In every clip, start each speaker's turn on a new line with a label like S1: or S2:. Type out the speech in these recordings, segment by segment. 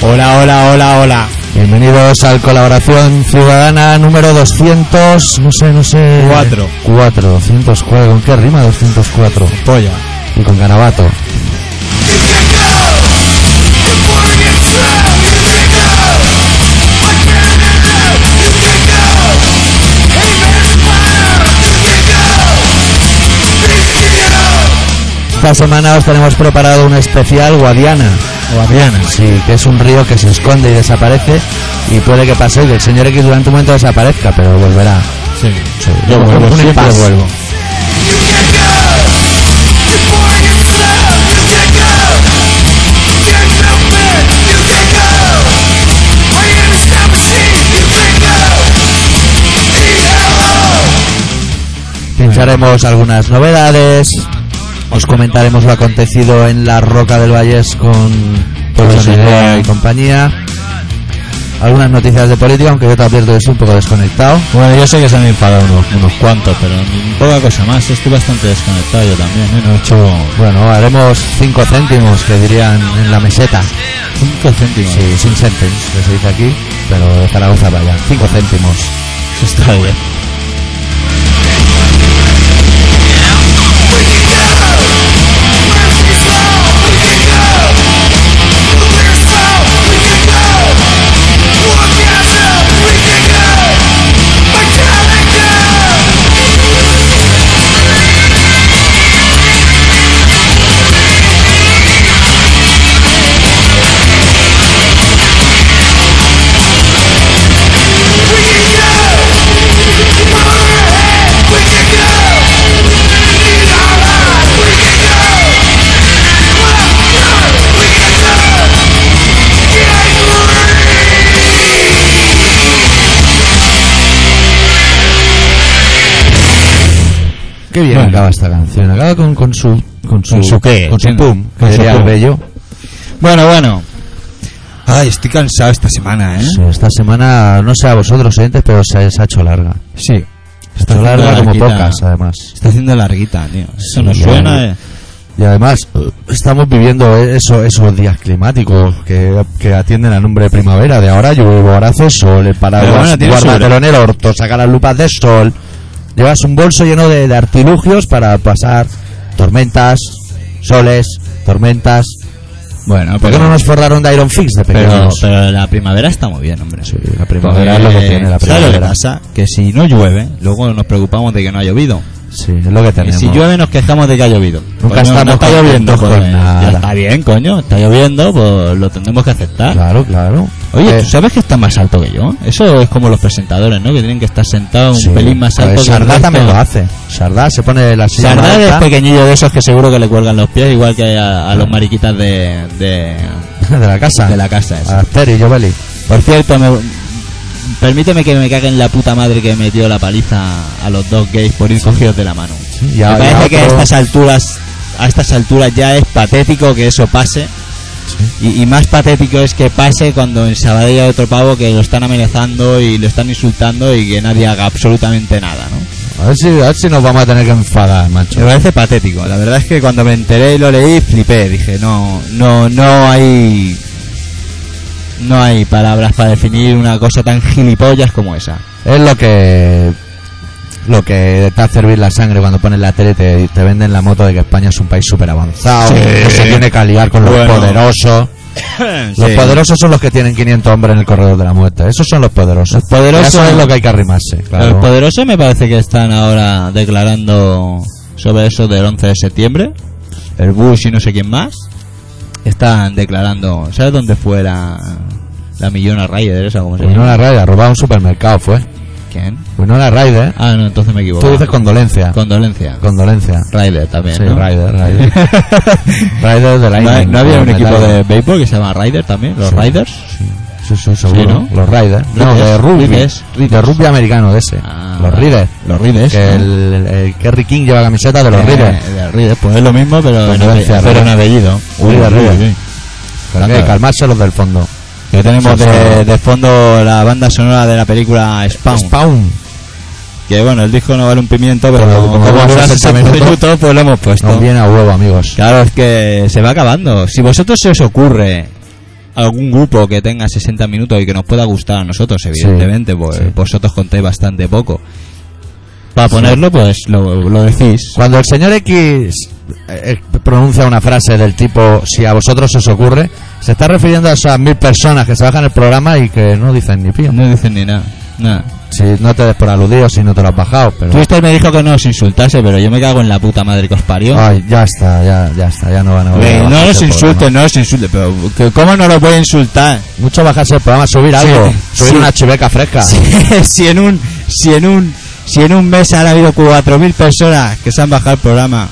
S1: Hola, hola, hola, hola.
S2: Bienvenidos al Colaboración Ciudadana número 200, no sé, no sé.
S1: Cuatro.
S2: 4, 204. ¿Con qué rima 204?
S1: Polla.
S2: Y con garabato. Esta semana os tenemos preparado un especial Guadiana. Guadiana, sí, que es un río que se esconde y desaparece. Y puede que pase que el señor X durante un momento desaparezca, pero volverá.
S1: Sí.
S2: Sí,
S1: Yo
S2: un-
S1: vuelvo,
S2: un
S1: siempre
S2: impas.
S1: vuelvo.
S2: Pincharemos algunas novedades. Os comentaremos lo acontecido en la Roca del Vallés con
S1: Pues
S2: Pocho
S1: sí,
S2: Nerea y
S1: eh.
S2: compañía. Algunas noticias de política, aunque yo te advierto que soy un poco desconectado.
S1: Bueno, yo sé que se han enfadado unos, unos cuantos, pero ni poca cosa más. Estoy bastante desconectado yo también, ¿eh? No he hecho
S2: Bueno, haremos 5 céntimos, que dirían en la meseta.
S1: 5 céntimos.
S2: Sí, sin céntimos, que se dice aquí, pero de Zaragoza para allá. 5 céntimos.
S1: Eso está bien.
S2: Qué bien
S1: Bueno.
S2: acaba esta canción. Acaba con, con su... Con su,
S1: ¿Con su qué?
S2: Con su
S1: Entiendo.
S2: pum, que
S1: Con su
S2: diría
S1: pum.
S2: Bello.
S1: Bueno, bueno. Ay, estoy cansado esta semana, ¿eh?
S2: Sí, Pues, esta semana, no sé a vosotros oyentes, pero se, se ha hecho larga.
S1: Sí.
S2: Se ha hecho larga como
S1: larguita.
S2: pocas, además.
S1: Está haciendo larguita, tío. Eso
S2: Sí,
S1: no
S2: ya.
S1: suena, ¿eh?
S2: Y además, eh, estamos viviendo eso, esos días climáticos que, que atienden al nombre de primavera. De ahora llueve, ahora hace sol, eh, el
S1: Pero
S2: paraguas,
S1: bueno, tiene
S2: guárdatelo en el orto, saca las lupas de sol. Llevas un bolso lleno de, de artilugios para pasar tormentas, soles, tormentas.
S1: Bueno,
S2: ¿Por qué
S1: pero,
S2: no nos forraron de Iron Fix de
S1: pero,
S2: pequeños?
S1: pero la primavera está muy bien, hombre. Eh,
S2: Sí, la primavera es lo que tiene la
S1: ¿Sabes lo que
S2: primavera.
S1: pasa? Que si no llueve, luego nos preocupamos de que no ha llovido.
S2: sí, es lo que
S1: Y
S2: tenemos.
S1: si llueve nos quejamos de que ha llovido.
S2: Nunca
S1: no- no
S2: estamos
S1: está lloviendo,
S2: contentos
S1: pues,
S2: con
S1: eh,
S2: nada.
S1: ya está bien, coño. Está lloviendo, pues lo tendremos que aceptar.
S2: Claro, claro.
S1: Oye,
S2: Eh,
S1: ¿tú sabes que está más alto que yo? Eso es como los presentadores, ¿no? Que tienen que estar sentados un
S2: sí,
S1: pelín más
S2: a ver,
S1: alto que el
S2: Sardá
S1: resto.
S2: también lo hace. Sardá se pone la silla más
S1: Sardá es
S2: alta.
S1: pequeñillo de esos que seguro que le cuelgan los pies, igual que a, a los mariquitas de, de,
S2: de la casa.
S1: de la casa. esa.
S2: Aster y Jovelli.
S1: Por cierto, me- permíteme que me cague en la puta madre que metió la paliza a los dos gays por ir cogidos de la mano.
S2: y a-
S1: me
S2: y a
S1: parece que a
S2: otro-
S1: estas alturas, a estas alturas ya es patético que eso pase. Y, y más patético es que pase cuando en Sabadell hay otro pavo que lo están amenazando y lo están insultando y que nadie haga absolutamente nada, ¿no?
S2: A ver, si, a ver si nos vamos a tener que enfadar, macho.
S1: Me parece patético. La verdad es que cuando me enteré y lo leí, flipé. Dije, no, no, no hay. No hay palabras para definir una cosa tan gilipollas como esa.
S2: Es lo que. Lo que te hace hervir la sangre cuando pones la tele te, te venden la moto de que España es un país súper avanzado,
S1: Sí.
S2: que se tiene que aliar con los
S1: Bueno.
S2: poderosos. Los
S1: Sí.
S2: poderosos son los que tienen 500 hombres en el corredor de la muerte. Esos son los poderosos.
S1: Los poderosos-
S2: Eso es lo que hay que arrimarse.
S1: Los
S2: Claro.
S1: poderosos me parece que están ahora declarando sobre eso del 11 de septiembre. El Bush y no sé quién más. Están declarando. ¿Sabes dónde fue la, la millona Ryder esa? ¿Cómo se llama?
S2: Winona Ryder, robado un supermercado, fue.
S1: ¿Quién?
S2: Winona Ryder.
S1: Ah, no, entonces me equivoco.
S2: Tú dices condolencia.
S1: Condolencia.
S2: Condolencia.
S1: Ryder también.
S2: Sí,
S1: ¿no?
S2: Ryder, Ryder. Ryder de la
S1: ¿No, hay-
S2: Lightning,
S1: no había un
S2: de
S1: equipo
S2: Lightning.
S1: de béisbol que se llama Riders también? ¿Los
S2: Sí.
S1: Riders?
S2: Sí, sí, seguro.
S1: Sí, ¿no?
S2: Los Riders. No,
S1: Riders,
S2: de rugby.
S1: Riders,
S2: De rugby americano de ese.
S1: Ah,
S2: los Riders.
S1: Los Riders.
S2: Que
S1: ¿no?
S2: el, el Kerry King lleva camiseta de los
S1: Eh,
S2: Riders.
S1: de los Riders, pues es lo mismo, pero en,
S2: Condolencia,
S1: ape- pero en
S2: Riders.
S1: apellido.
S2: Uy, de Riders. Pero hay que
S1: claro.
S2: calmarse los del fondo.
S1: Que tenemos
S2: Sí,
S1: de,
S2: sí.
S1: de fondo la banda sonora de la película Spawn.
S2: Spawn.
S1: Que bueno, el disco no vale un pimiento, pero
S2: Pero
S1: como,
S2: como dura
S1: dura
S2: 60
S1: 60
S2: minutos,
S1: minutos, pues lo hemos puesto.
S2: Nos viene a huevo, amigos.
S1: Claro, es que se va acabando. Si vosotros se os ocurre algún grupo que tenga 60 minutos y que nos pueda gustar a nosotros, evidentemente, pues
S2: sí.
S1: vosotros contáis bastante poco. Para ponerlo, pues lo, lo decís.
S2: Cuando el señor X eh, pronuncia una frase del tipo si a vosotros os ocurre, se está refiriendo a esas mil personas que se bajan el programa y que no dicen ni pío.
S1: No dicen ni nada. Nada.
S2: Si no te des por aludido, si no te lo has bajado, pero...
S1: Twister me dijo que no os insultase, pero yo me cago en la puta madre que os parió.
S2: Ay, ya está, ya, ya está, ya no van a volver a
S1: Ve, Ah, no
S2: bajarse
S1: os
S2: el
S1: insulte,
S2: programa.
S1: no os insulte, pero que- ¿cómo no lo voy a insultar?
S2: Mucho bajarse el programa, subir algo,
S1: Sí,
S2: subir
S1: sí.
S2: una chiveca fresca.
S1: si en un si en un si en un mes han habido 4.000 personas que se han bajado el programa,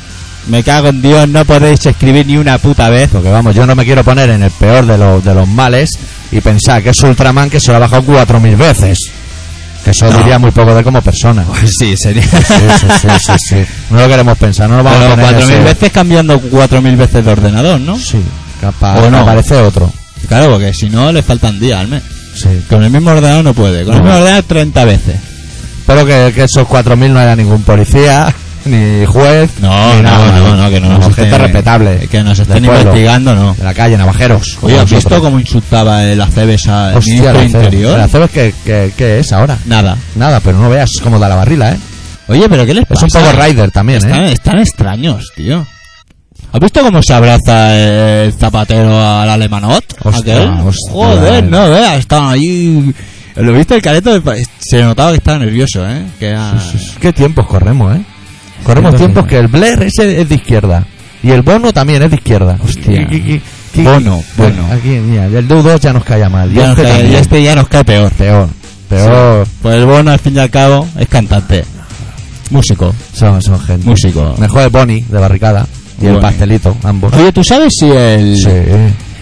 S1: me cago en Dios, no podéis escribir ni una puta vez.
S2: Porque vamos, yo no me quiero poner en el peor de, los de los males y pensar que es Ultraman que se lo ha bajado 4.000 veces. Que eso
S1: No.
S2: diría muy poco de él como persona.
S1: Sí, sería.
S2: Sí, sí, sí, sí, sí. No lo queremos pensar, no lo vamos
S1: Pero
S2: a poner
S1: 4.000
S2: ese-
S1: veces cambiando 4.000 veces de ordenador, ¿no?
S2: Sí, capaz.
S1: O no.
S2: Aparece otro.
S1: Claro, porque si no le faltan días al mes.
S2: Sí.
S1: Con el mismo ordenador no puede, con el
S2: No.
S1: mismo ordenador 30 veces.
S2: Espero que, que esos 4.000 no haya ningún policía, ni juez.
S1: No, no,
S2: ni nada, ¿eh?
S1: no, no, que no nos eh.
S2: gente
S1: estén-
S2: respetable.
S1: Que nos estén
S2: del pueblo,
S1: investigando, no.
S2: De la calle, navajeros.
S1: Oye, ¿has
S2: Como
S1: visto
S2: nosotros.
S1: cómo insultaba el Acebes al ministro
S2: Hostia, el
S1: de
S2: acero. ¿El
S1: Interior?
S2: acero es que, que, que es ahora?
S1: Nada.
S2: Nada, pero no veas cómo da la barrila, ¿eh?
S1: Oye, pero ¿qué les
S2: Es
S1: pasa?
S2: un poco Rider también,
S1: Están,
S2: ¿eh?
S1: están extraños, tío. ¿Has visto cómo se abraza el zapatero al alemanot?
S2: Hostia,
S1: Aquel.
S2: hostia.
S1: Joder, no eh, veas, estaban allí. ¿Lo viste el careto? de pa- Se notaba que estaba nervioso, ¿eh? Que era...
S2: ¿Qué tiempos corremos, eh? Corremos
S1: Sí,
S2: tiempos
S1: también.
S2: que el Blair ese es de izquierda. Y el Bono también es de izquierda.
S1: Hostia.
S2: Y- y- y- y-
S1: Bono, Bono.
S2: Aquí, mira, el Deu2 ya nos caía mal. Y
S1: Ya nos
S2: este
S1: cae-
S2: también.
S1: ya este ya nos cae peor.
S2: Peor, peor.
S1: Pues el Bono, al fin y al cabo, es cantante. Músico.
S2: Son, son gente.
S1: Músico.
S2: Mejor es Bonnie, de barricada. Y el
S1: Bonnie.
S2: pastelito, ambos.
S1: Oye, ¿tú sabes si el...
S2: Sí.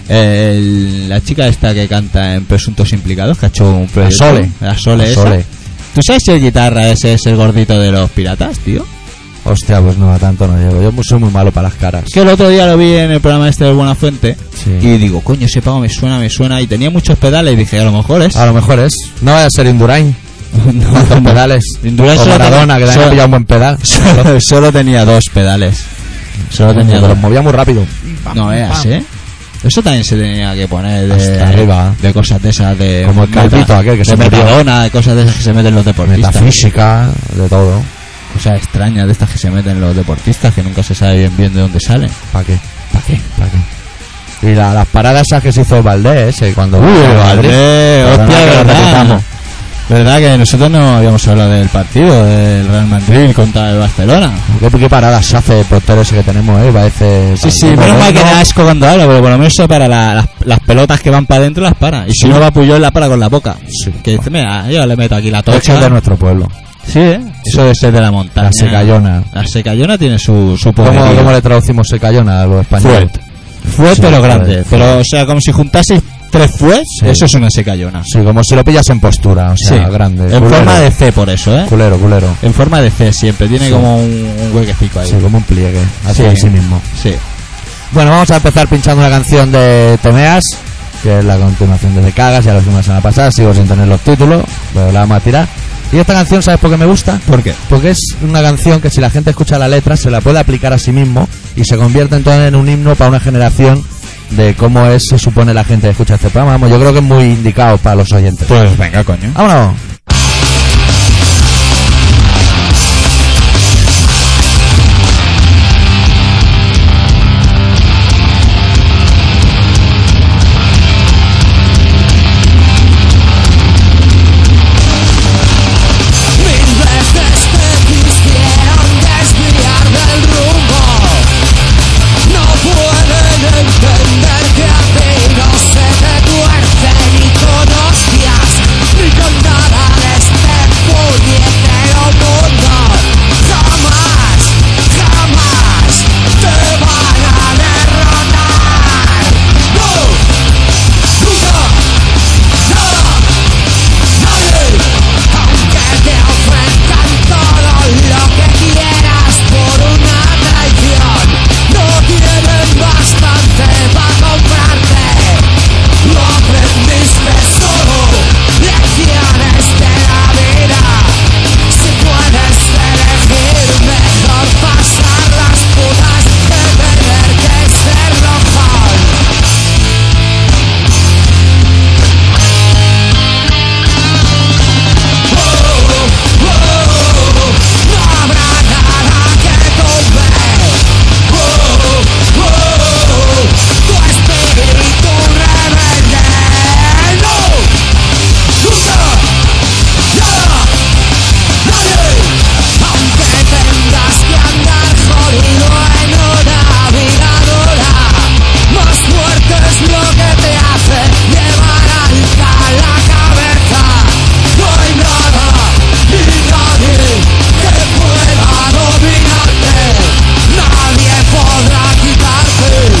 S1: el- la chica esta que canta en Presuntos Implicados, que ha hecho un proyecto...
S2: La Sole.
S1: La Sole,
S2: La
S1: esa.
S2: Sole.
S1: ¿Tú sabes si el guitarra ese es el gordito de los piratas, tío?
S2: Hostia, pues no, a tanto no llego. Yo soy muy malo para las caras.
S1: Es que el otro día lo vi en el programa este de Buena Fuente
S2: Sí.
S1: y digo, coño, ese pavo me suena, me suena. Y tenía muchos pedales y dije, a lo mejor es.
S2: A lo mejor es. No vaya a ser Indurain. Tantos pedales.
S1: Indurain
S2: o
S1: solo
S2: Maradona,
S1: tenía-
S2: que también
S1: solo-
S2: ha pillado un buen pedal.
S1: solo, solo tenía dos pedales. Solo tenía
S2: Pero
S1: dos.
S2: los movía muy rápido.
S1: No veas, ¿eh? Eso también se tenía que poner de,
S2: Hasta arriba. ¿eh?
S1: de cosas de esas de.
S2: Como el
S1: meta-
S2: calvito aquel que
S1: de
S2: se murió.
S1: metadona, de cosas de esas que se meten los deportistas.
S2: Metafísica, de todo.
S1: Cosas extrañas de estas que se meten los deportistas que nunca se sabe bien bien de dónde salen.
S2: ¿Para qué?
S1: ¿Para qué?
S2: ¿Para qué? Y la- las paradas esas que se hizo Valdés, eh, cuando...
S1: Uy, Valdés,
S2: Perdona
S1: hostia,
S2: que lo
S1: verdad.
S2: repitamos.
S1: Verdad que nosotros no habíamos hablado del partido del Real Madrid contra el Barcelona.
S2: ¿Qué, qué paradas hace el portero ese que tenemos, eh? Parece...
S1: Sí, sí,
S2: parece
S1: menos mal que
S2: moderno.
S1: da asco cuando habla, pero por lo menos eso para la- las, las pelotas que van para adentro las para. Y si no va Puyol, la para con la boca.
S2: Sí.
S1: Que dice, mira, yo le meto aquí la
S2: Tocha
S1: tocha.
S2: de nuestro pueblo.
S1: Sí, ¿eh? Eso de ser de la montaña.
S2: La secayona.
S1: La secayona tiene su, su
S2: ¿Cómo,
S1: poderío.
S2: ¿Cómo le traducimos secayona a los españoles?
S1: Fuet. Fuet,
S2: Sí,
S1: pero grande.
S2: fuet.
S1: Pero, o sea, como si juntaseis tres fuets,
S2: Sí.
S1: eso es una secayona.
S2: Sí, como si lo pillas en postura, o sea, grande.
S1: En
S2: culero.
S1: forma de C, por eso, ¿eh?
S2: Culero, culero.
S1: En forma de C siempre. Tiene
S2: Sí.
S1: como un, un huequecico ahí.
S2: Sí, como un pliegue.
S1: Sí.
S2: Así en sí mismo.
S1: Sí.
S2: Bueno, vamos a empezar pinchando una canción de Temeas, que es la continuación de Me Cagas, ya lo hicimos la semana pasada, sigo sin tener los títulos, pero la vamos a tirar. Y esta canción, ¿sabes por qué me gusta?
S1: ¿Por qué?
S2: Porque es una canción que si la gente escucha la letra se la puede aplicar a sí mismo y se convierte entonces en un himno para una generación de cómo es, se supone, la gente que escucha este programa. Vamos, yo creo que es muy indicado para los oyentes.
S1: Pues venga, coño.
S2: ¡Vámonos!
S3: Mis veces te quisieron desviar del rumbo No pueden entender que a ti no se te tuerce Ni con hostias, ni con nada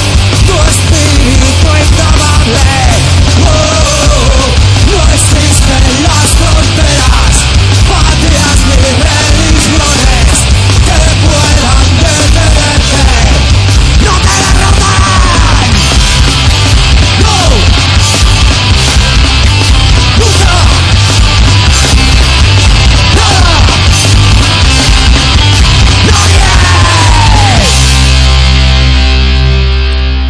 S4: no No No!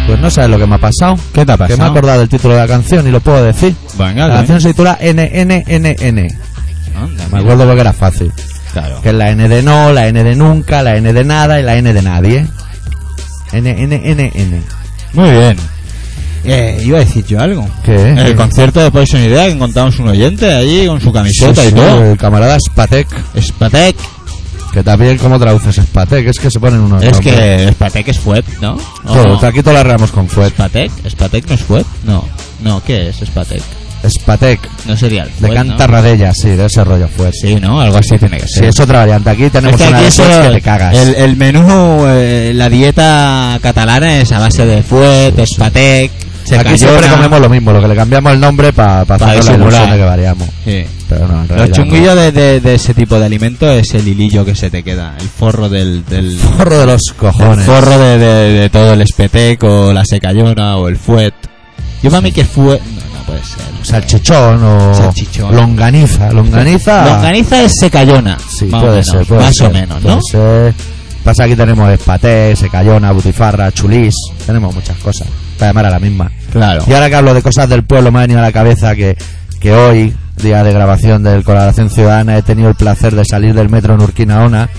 S2: Pues No sabes lo que me ha pasado.
S1: ¿Qué te ha
S2: Que me he
S1: pasado?
S2: acordado del título de la canción y lo puedo decir.
S1: Venga,
S2: la
S1: dime.
S2: canción se titula NNNN.
S1: Anda,
S2: Me
S1: mira.
S2: acuerdo porque era fácil.
S1: Claro.
S2: Que es la N de no, la N de nunca, la N de nada y la N de nadie. NNNN.
S1: Muy bien. Eh, iba a decir yo algo.
S2: ¿Qué?
S1: El concierto de Poison Idea que encontramos un oyente allí con su camiseta
S2: Sí,
S1: y
S2: sí,
S1: todo.
S2: El camarada Spatek.
S1: Spatek.
S2: Que también, ¿cómo traduces Spatek? Es que se ponen unos.
S1: Es
S2: nombres. Oh,
S1: que Spatek es web, ¿no? ¿O
S2: Todo,
S1: no?
S2: Aquí todo lo arreglamos con fuet.
S1: ¿Spatek? ¿Spatek no es web? No. No, ¿qué es Spatek?
S2: Spatek.
S1: No sería el
S2: De
S1: web, ¿no?
S2: Cantarradella, sí, de ese rollo fuet.
S1: Sí, ¿no? Algo así tiene que
S2: Sí,
S1: ser.
S2: es otra variante. Aquí
S1: Es
S2: tenemos
S1: que
S2: una
S1: aquí
S2: de
S1: eso-
S2: fuets pues, que te cagas.
S1: El, el menú, eh, la dieta catalana es a base de fuet, Spatek,
S2: Aquí
S1: checayona.
S2: siempre comemos lo mismo, lo que le cambiamos el nombre para
S1: Pa
S2: hacer la
S1: disimular.
S2: ilusión de que variamos.
S1: Sí.
S2: Pero no,
S1: Los
S2: en realidad
S1: chunguillos de, de- de ese tipo de alimento es el hilillo que se te queda, el forro del, del
S2: no. Forro de los
S1: el
S2: cojones.
S1: forro de, de- de todo el espetec o la secayona o el fuet. Yo para mí que fuet no, no puede ser.
S2: Salchichón o
S1: Salchichón.
S2: longaniza. Longaniza.
S1: Longaniza es secayona.
S2: Sí,
S1: más o
S2: puede
S1: menos,
S2: ser. puede
S1: más o
S2: ser,
S1: menos,
S2: puede
S1: ¿no?
S2: ser. Pasa que aquí tenemos espaté, secayona, butifarra, chulís. Tenemos muchas cosas. Para llamar a la misma.
S1: Claro.
S2: Y ahora que hablo de cosas del pueblo, me ha venido a la cabeza que, que hoy, día de grabación del Colaboración Ciudadana, he tenido el placer de salir del metro en Urquinaona,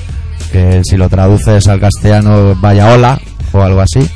S2: que si lo traduces al castellano, vaya hola, o algo así.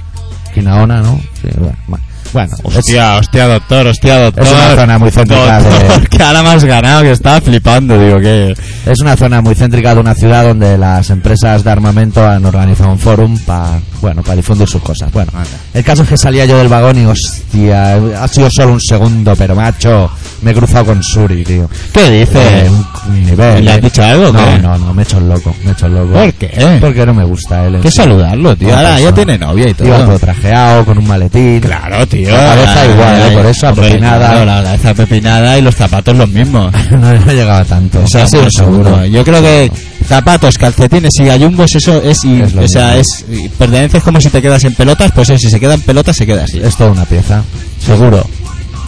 S2: Urquinaona, ¿no? Sí, bueno, bueno. Bueno, es-
S1: Hostia, hostia, doctor, hostia, doctor.
S2: Es una zona muy céntrica de-
S1: Doctor, que ahora me has ganado, que estaba flipando, digo, que...
S2: Es una zona muy céntrica de una ciudad donde las empresas de armamento han organizado un forum para bueno, para difundir sus cosas. Bueno, el caso es que salía yo del vagón y hostia, ha sido solo un segundo, pero macho, me he cruzado con Suri, tío.
S1: ¿Qué
S2: Eh,
S1: dices?
S2: un, un nivel.
S1: ¿Le has
S2: eh.
S1: dicho algo o
S2: No,
S1: qué?
S2: no, no, me he hecho el loco, me he hecho el loco.
S1: ¿Por qué?
S2: Porque no me gusta él. en
S1: Que
S2: sí.
S1: saludarlo, tío.
S2: Una
S1: Ahora ya
S2: persona.
S1: tiene novia y
S2: Iba
S1: todo.
S2: todo trajeado, con un maletín.
S1: Claro, tío.
S2: La cabeza
S1: Ay,
S2: igual,
S1: ay,
S2: ¿eh? Por eso,
S1: hombre,
S2: apepinada.
S1: claro, la cabeza apepinada y los zapatos los mismos.
S2: No, no llegaba tanto.
S1: Eso
S2: Ha sido
S1: hombre,
S2: un seguro.
S1: Yo creo que zapatos, calcetines y gallumbos, eso es. y-
S2: Es lo
S1: o sea,
S2: mismo.
S1: es. y perteneces como si te quedas en pelotas, pues eso, si se queda en pelotas, se queda así.
S2: Es toda una pieza.
S1: seguro.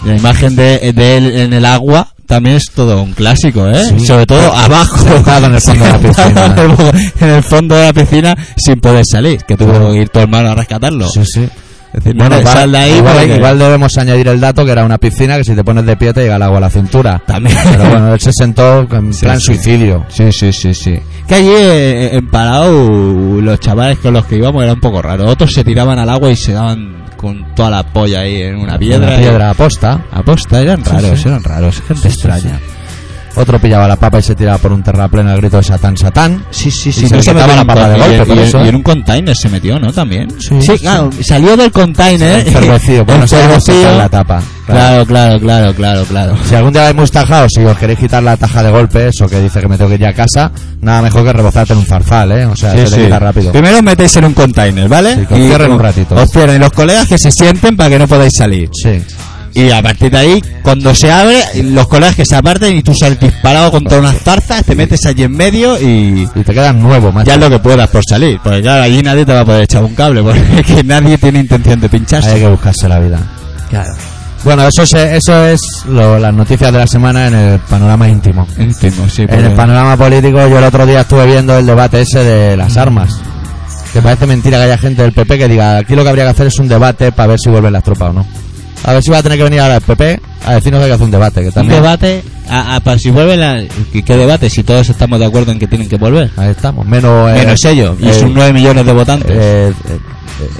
S1: La imagen de, de él en el agua también es todo un clásico, ¿eh?
S2: Sí.
S1: Sobre todo abajo.
S2: Sentado en el fondo de la piscina.
S1: en el- en el fondo de la piscina sin poder salir, que tuvo que ir tu hermano a rescatarlo.
S2: Sí, sí.
S1: Es decir,
S2: Bueno,
S1: no,
S2: va-
S1: sal de ahí
S2: igual,
S1: porque-
S2: igual debemos añadir el dato que era una piscina que si te pones de pie te llega el agua a la cintura.
S1: También.
S2: Pero bueno, él se sentó en
S1: Sí,
S2: plan
S1: sí.
S2: suicidio.
S1: Sí, sí, sí, sí. Que allí eh, en Palau los chavales con los que íbamos era un poco raro. Otros se tiraban al agua y se daban con toda la polla ahí en una piedra.
S2: Una piedra aposta.
S1: Aposta, eran
S2: Sí,
S1: raros,
S2: sí.
S1: eran raros. Gente extraña.
S2: Otro pillaba la papa y se tiraba por un terraplén al grito de Satán, Satán.
S1: Sí, sí,
S2: sí, pero se metió en un
S1: y,
S2: container,
S1: en-
S2: por
S1: y en-
S2: eso, ¿eh?
S1: y en un container se metió, ¿no? También.
S2: Sí, sí.
S1: claro. Salió del container.
S2: Enfervecido. Bueno, sabemos
S1: Enfervecido.
S2: quitar la tapa.
S1: Claro,
S2: Claro.
S1: claro, claro, claro, claro.
S2: Si algún día vais muy tajados y os queréis quitar la taja de golpe, eso que dice que me tengo que ir ya a casa, nada mejor que rebozarte en un zarzal, ¿eh? O sea, se te quita rápido.
S1: Primero os metéis en un container, ¿vale?
S2: Sí, que os cierren un ratito.
S1: Os cierren y los colegas que se sienten para que no podáis salir.
S2: Sí.
S1: Y a partir de ahí, cuando se abre, los colegas que se aparten y tú sales disparado contra unas zarzas, te metes allí en medio y
S2: Y te quedas nuevo, macho.
S1: ya es lo que puedas por salir. Porque claro, allí nadie te va a poder echar un cable, porque es que nadie tiene intención de pincharse.
S2: Hay que buscarse la vida.
S1: claro.
S2: Bueno, eso es, eso es lo- las noticias de la semana en el panorama íntimo.
S1: Íntimo, sí. pues.
S2: En el panorama político, yo el otro día estuve viendo el debate ese de las armas. Que parece mentira que haya gente del PP que diga, aquí lo que habría que hacer es un debate para ver si vuelven las tropas o no. A ver si va a tener que venir ahora el PP a decirnos que hay que hacer un debate, que
S1: Un
S2: también...
S1: Este debate, a, a- para si vuelven la- ¿qué, qué debate? Si todos estamos de acuerdo en que tienen que volver.
S2: Ahí estamos, menos... eh,
S1: Menos ellos, y
S2: eh,
S1: son 9 millones de votantes.
S2: eh, eh,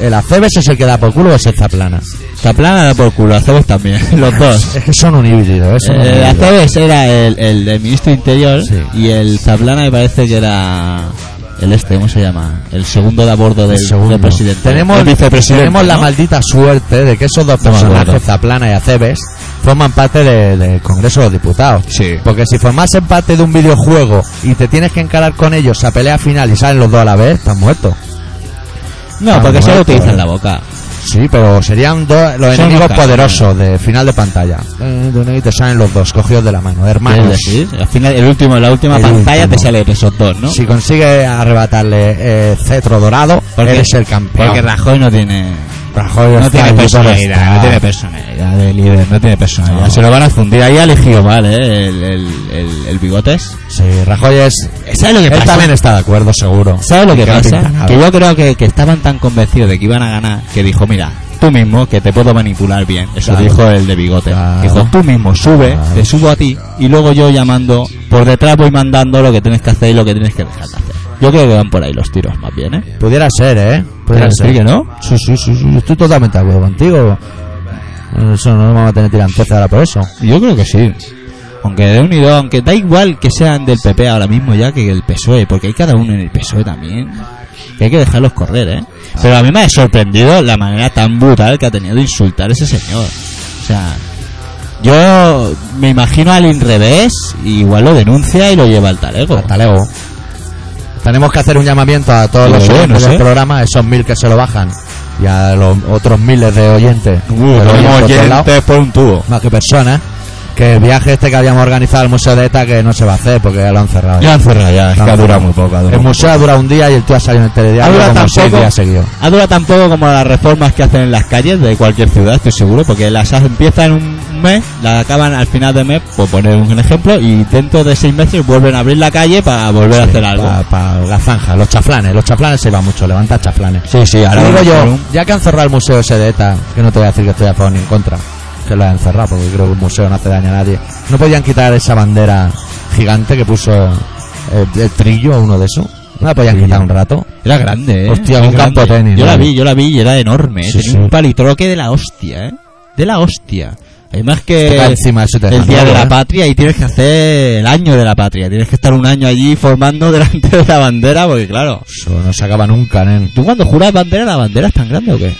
S2: ¿El Acebes es el que da por culo o es el Zaplana?
S1: Zaplana da por culo, hacemos también, los dos.
S2: Es que son un híbrido, ¿eh? son un
S1: Eh,
S2: híbrido.
S1: Aceves era el, el, del ministro interior
S2: Sí.
S1: y el Zaplana me parece que era el este, ¿cómo se llama? El segundo de a bordo del,
S2: El Pues segundo.
S1: del presidente.
S2: Tenemos,
S1: El vicepresidente,
S2: tenemos la
S1: ¿no?
S2: maldita suerte de que esos dos
S1: Estamos de
S2: personajes,
S1: acuerdo.
S2: Zaplana y Aceves, forman parte de- del Congreso de los Diputados.
S1: Sí.
S2: Porque si formasen parte de un videojuego y te tienes que encarar con ellos a pelea final y salen los dos a la vez, estás muerto.
S1: No, porque
S2: Ah,
S1: solo
S2: bueno,
S1: utilizan
S2: claro.
S1: la boca.
S2: Sí, pero serían dos, los
S1: Son
S2: enemigos
S1: los casos,
S2: poderosos de final de pantalla. Eh, Y te salen los dos cogidos de la mano,
S1: ¿Quieres
S2: hermanos.
S1: decir? Al final, el último, la última
S2: El
S1: pantalla te
S2: último.
S1: sale esos dos, ¿no?
S2: Si consigues arrebatarle eh, cetro dorado,
S1: Porque-
S2: eres el campeón.
S1: Porque Rajoy no tiene.
S2: Rajoy
S1: No
S2: está
S1: tiene
S2: ahí,
S1: personalidad,
S2: está.
S1: no tiene personalidad de líder, no tiene personalidad.
S2: No.
S1: Se lo van a fundir. Ahí ha elegido mal, ¿eh? El, el, el, el bigotes.
S2: Sí, Rajoy es
S1: ¿Sabes lo que
S2: Él
S1: pasa?
S2: también está de acuerdo, seguro.
S1: ¿Sabes lo que
S2: Que no pinta
S1: pasa?
S2: nada.
S1: Que yo creo que, que estaban tan convencidos de que iban a ganar que dijo, mira, tú mismo que te puedo manipular bien. Eso
S2: Claro.
S1: dijo el de bigote.
S2: Claro.
S1: Dijo, tú mismo sube,
S2: Claro.
S1: te subo a ti y luego yo llamando, por detrás voy mandando lo que tienes que hacer y lo que tienes que dejar de hacer. Yo creo que van por ahí los tiros más bien, ¿eh?
S2: Pudiera ser, ¿eh? Pudiera
S1: Pero sí
S2: ser.
S1: que no.
S2: Sí, sí, sí, sí, Estoy totalmente de acuerdo contigo. Eso no vamos a tener tirantez ahora por eso.
S1: Yo creo que sí. Aunque de unido, aunque da igual que sean del PP ahora mismo ya que del PSOE, E, porque hay cada uno en el PSOE E también. Que hay que dejarlos correr, ¿eh? Pero a mí me ha sorprendido la manera tan brutal que ha tenido de insultar ese señor. O sea, yo me imagino al inrevés, y igual lo denuncia y lo lleva al talego.
S2: Hasta luego. Tenemos que hacer un llamamiento a todos
S1: Pero
S2: los
S1: bueno,
S2: oyentes del
S1: ¿eh?
S2: programa, esos mil que se lo bajan, y a los otros miles de oyentes. que lo oyen por todos lados.
S1: por un tubo.
S2: más que personas, que el viaje este que habíamos organizado al Museo de ETA que no se va a hacer porque ya lo han cerrado.
S1: Ya han cerrado ya, es
S2: Lo
S1: que
S2: han
S1: ha durado
S2: cerrado.
S1: muy poco. ha durado
S2: El
S1: muy
S2: museo ha durado un día y el tío ha salido en el
S1: Ha
S2: telediario
S1: durado
S2: como
S1: tan
S2: seis
S1: poco.
S2: días seguidos.
S1: Ha durado tan poco como las reformas que hacen en las calles de cualquier ciudad, estoy seguro, porque las ha- empiezan un mes, las acaban al final de mes, por poner un ejemplo, y dentro de seis meses vuelven a abrir la calle para volver a hacer algo.
S2: Para la zanja, los chaflanes. Los chaflanes se van mucho, levanta chaflanes.
S1: Sí, sí,
S2: Y digo
S1: van a hacer
S2: yo,
S1: un-
S2: ya que han cerrado el museo ese de ETA, que no te voy a decir que estoy a favor ni en contra, que lo han cerrado porque creo que un museo no hace daño a nadie, no podían quitar esa bandera gigante que puso eh, el, el trillo, uno de esos. No la podían quitar un rato.
S1: Era grande, ¿eh?
S2: Hostia,
S1: Era
S2: un campo
S1: grande.
S2: de tenis,
S1: Yo
S2: ¿no?
S1: la vi, yo la vi y era enorme. ¿eh?
S2: Sí,
S1: Tenía
S2: sí.
S1: un palitroque de la hostia, ¿eh? De la hostia. Además que...
S2: Te cae encima eso y te
S1: eh, el
S2: deja
S1: día de
S2: nuevo,
S1: la
S2: ¿eh?
S1: patria y tienes que hacer el año de la patria. Tienes que estar un año allí formando delante de la bandera porque, claro...
S2: Eso no se acaba nunca, nen.
S1: ¿Tú cuando juras bandera, la bandera es tan grande o qué?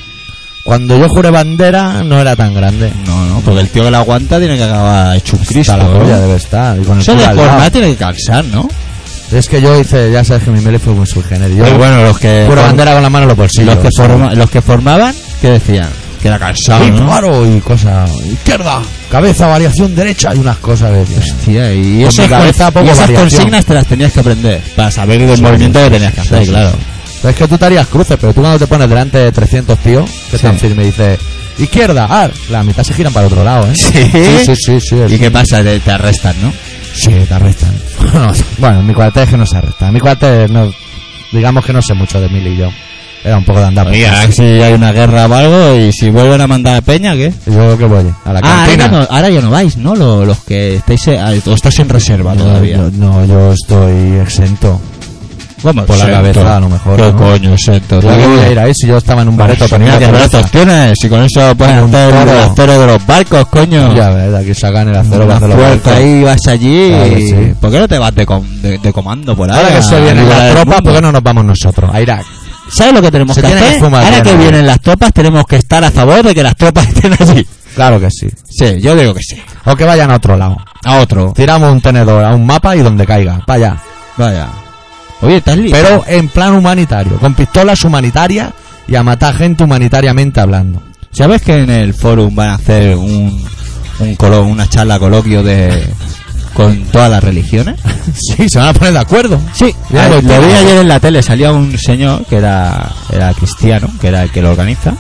S2: Cuando yo juré bandera no era tan grande.
S1: No, no, porque el tío que la aguanta tiene que acabar hecho un Cristo.
S2: Hasta la
S1: ¿no?
S2: polla debe estar. y con el
S1: Eso
S2: culo
S1: de
S2: al lado.
S1: forma tiene que calzar, ¿no?
S2: Es que yo hice, ya sabes que mi mele fue muy surgener. Yo
S1: Pero bueno, los que.
S2: juro bandera con la mano en los bolsillos.
S1: los, que
S2: o sea,
S1: forma- los que formaban, ¿qué decían? pues, Que era calzado.
S2: y
S1: ¿no?
S2: paro y cosas. Izquierda, cabeza, variación derecha y unas cosas que decía.
S1: Hostia, y,
S2: Con
S1: esas
S2: mi cabeza
S1: cons-
S2: poco
S1: y esas
S2: variación.
S1: consignas te las tenías que aprender para saber el
S2: Sí,
S1: movimiento que tenías que
S2: sí,
S1: hacer,
S2: sí,
S1: claro.
S2: Es que tú te harías cruces, pero tú cuando te pones delante de 300 tíos, que
S1: Sí.
S2: tan firme, dices izquierda, ar, la mitad se giran para el otro lado, ¿eh?
S1: Sí.
S2: sí, sí, sí. sí,
S1: ¿Y qué pasa? Te, te arrestan, ¿no?
S2: Sí, te arrestan. Bueno, bueno, en mi cuartel es que no se arrestan. En mi cuartel, no, digamos que no sé mucho de Mili y yo. Era un poco de andar. por casa.
S1: si hay una guerra o algo y si vuelven a mandar a Peña, ¿qué?
S2: Y Yo que voy a la
S1: Ah, ahora
S2: cantina.
S1: ya, no, ahora ya no vais, ¿no? Lo- Los, que estáis, eh, o estáis en reserva
S2: Yo-
S1: todavía.
S2: yo- no, yo estoy exento.
S1: Vamos,
S2: Por la cabeza, a lo mejor,
S1: ¿Qué
S2: ¿no?
S1: coño, exento?
S2: Yo que voy a ir ahí si yo estaba en un bareto
S1: Mira
S2: poniendo
S1: qué
S2: cerveza.
S1: brazos tienes. Si con eso puedes
S2: Un
S1: hacer el
S2: toro.
S1: acero de los barcos, coño.
S2: Ya ves, aquí sacan el acero para
S1: Una
S2: hacer los
S1: fuerza
S2: barcos.
S1: ahí, vas allí.
S2: Claro que sí.
S1: ¿Por qué no te vas de, com- de- de comando por ahí?
S2: Ahora
S1: a
S2: que se vienen
S1: ayudar
S2: las
S1: al
S2: tropas,
S1: mundo?
S2: ¿por qué no nos vamos nosotros? A Irak.
S1: ¿Sabes lo que tenemos
S2: Se
S1: que
S2: tiene que
S1: hacer?
S2: fumar
S1: ahora
S2: bien,
S1: que
S2: ¿no?
S1: vienen las tropas, tenemos que estar a favor de que las tropas estén allí.
S2: Claro que sí.
S1: Sí, yo digo que sí.
S2: O que vayan a otro lado.
S1: A otro.
S2: Tiramos un tenedor a un mapa y donde caiga, para allá.
S1: Vaya. Oye, estás listo.
S2: Pero en plan humanitario, con pistolas humanitarias y a matar gente humanitariamente hablando.
S1: ¿Sabes que en el forum van a hacer un, un colo- una charla coloquio de con todas las religiones?
S2: Sí, se van a poner de acuerdo.
S1: Sí,
S2: Ya
S1: ah,
S2: lo
S1: lo,
S2: tengo.
S1: vi ayer en la tele, salía un señor que era, era cristiano, que era el que lo organiza.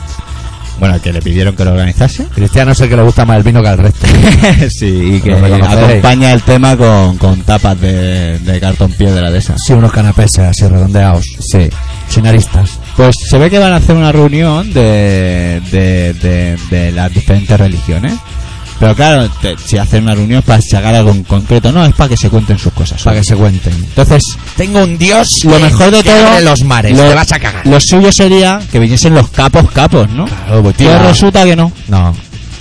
S1: Bueno, el que le pidieron que lo organizase.
S2: Cristiano es el que le gusta más el vino que al resto.
S1: sí, y que
S2: Lo reconoceréis.
S1: acompaña el tema con, con tapas de, de cartón piedra de esas.
S2: Sí, unos canapés eh, así redondeados,
S1: Sí.
S2: sin aristas.
S1: Pues se ve que van a hacer una reunión de, de, de- de las diferentes religiones. Pero claro, te- si hacen una reunión es para sacar algo en concreto, no, es para que se cuenten sus cosas. ¿eh?
S2: Para que se cuenten.
S1: Entonces,
S2: Tengo un dios
S1: lo mejor de todo. lo- Lo suyo sería que viniesen los capos capos, ¿no?
S2: Claro, pues,
S1: Pero
S2: tira.
S1: resulta que no.
S2: No,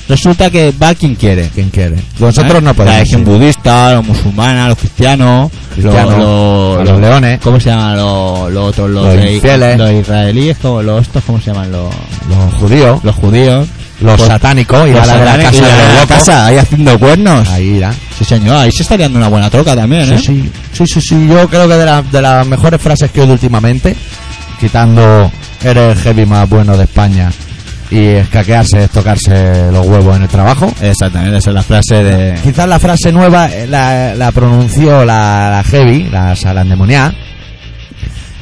S1: Resulta que va quien quiere.
S2: quien quiere. Nosotros
S1: ¿Eh?
S2: no
S1: La
S2: podemos.
S1: religión
S2: ir.
S1: budista, los musulmanes, los cristianos,
S2: Cristianos,
S1: los, los-
S2: a los
S1: los-
S2: leones.
S1: ¿Cómo se llaman los, los otros? Los,
S2: Los
S1: de-
S2: infieles.
S1: Los israelíes, como los estos, ¿cómo se llaman? Los,
S2: Los judíos,
S1: los judíos.
S2: los
S1: Pues,
S2: satánicos, y
S1: los
S2: a la de la
S1: satánicos,
S2: casa
S1: y
S2: de
S1: la
S2: los
S1: la
S2: locos.
S1: casa, ahí haciendo cuernos.
S2: Ahí irá.
S1: Sí, señor, ahí se está dando una buena troca también, ¿eh?
S2: Sí, sí, sí, sí, sí. Yo creo que de, la- de las mejores frases que he oído últimamente, quitando eres el heavy más bueno de España y escaquearse es tocarse los huevos en el trabajo.
S1: Exactamente, esa es la frase de...
S2: Quizás la frase nueva eh, la, la pronunció la, la heavy, la, salandemoniá,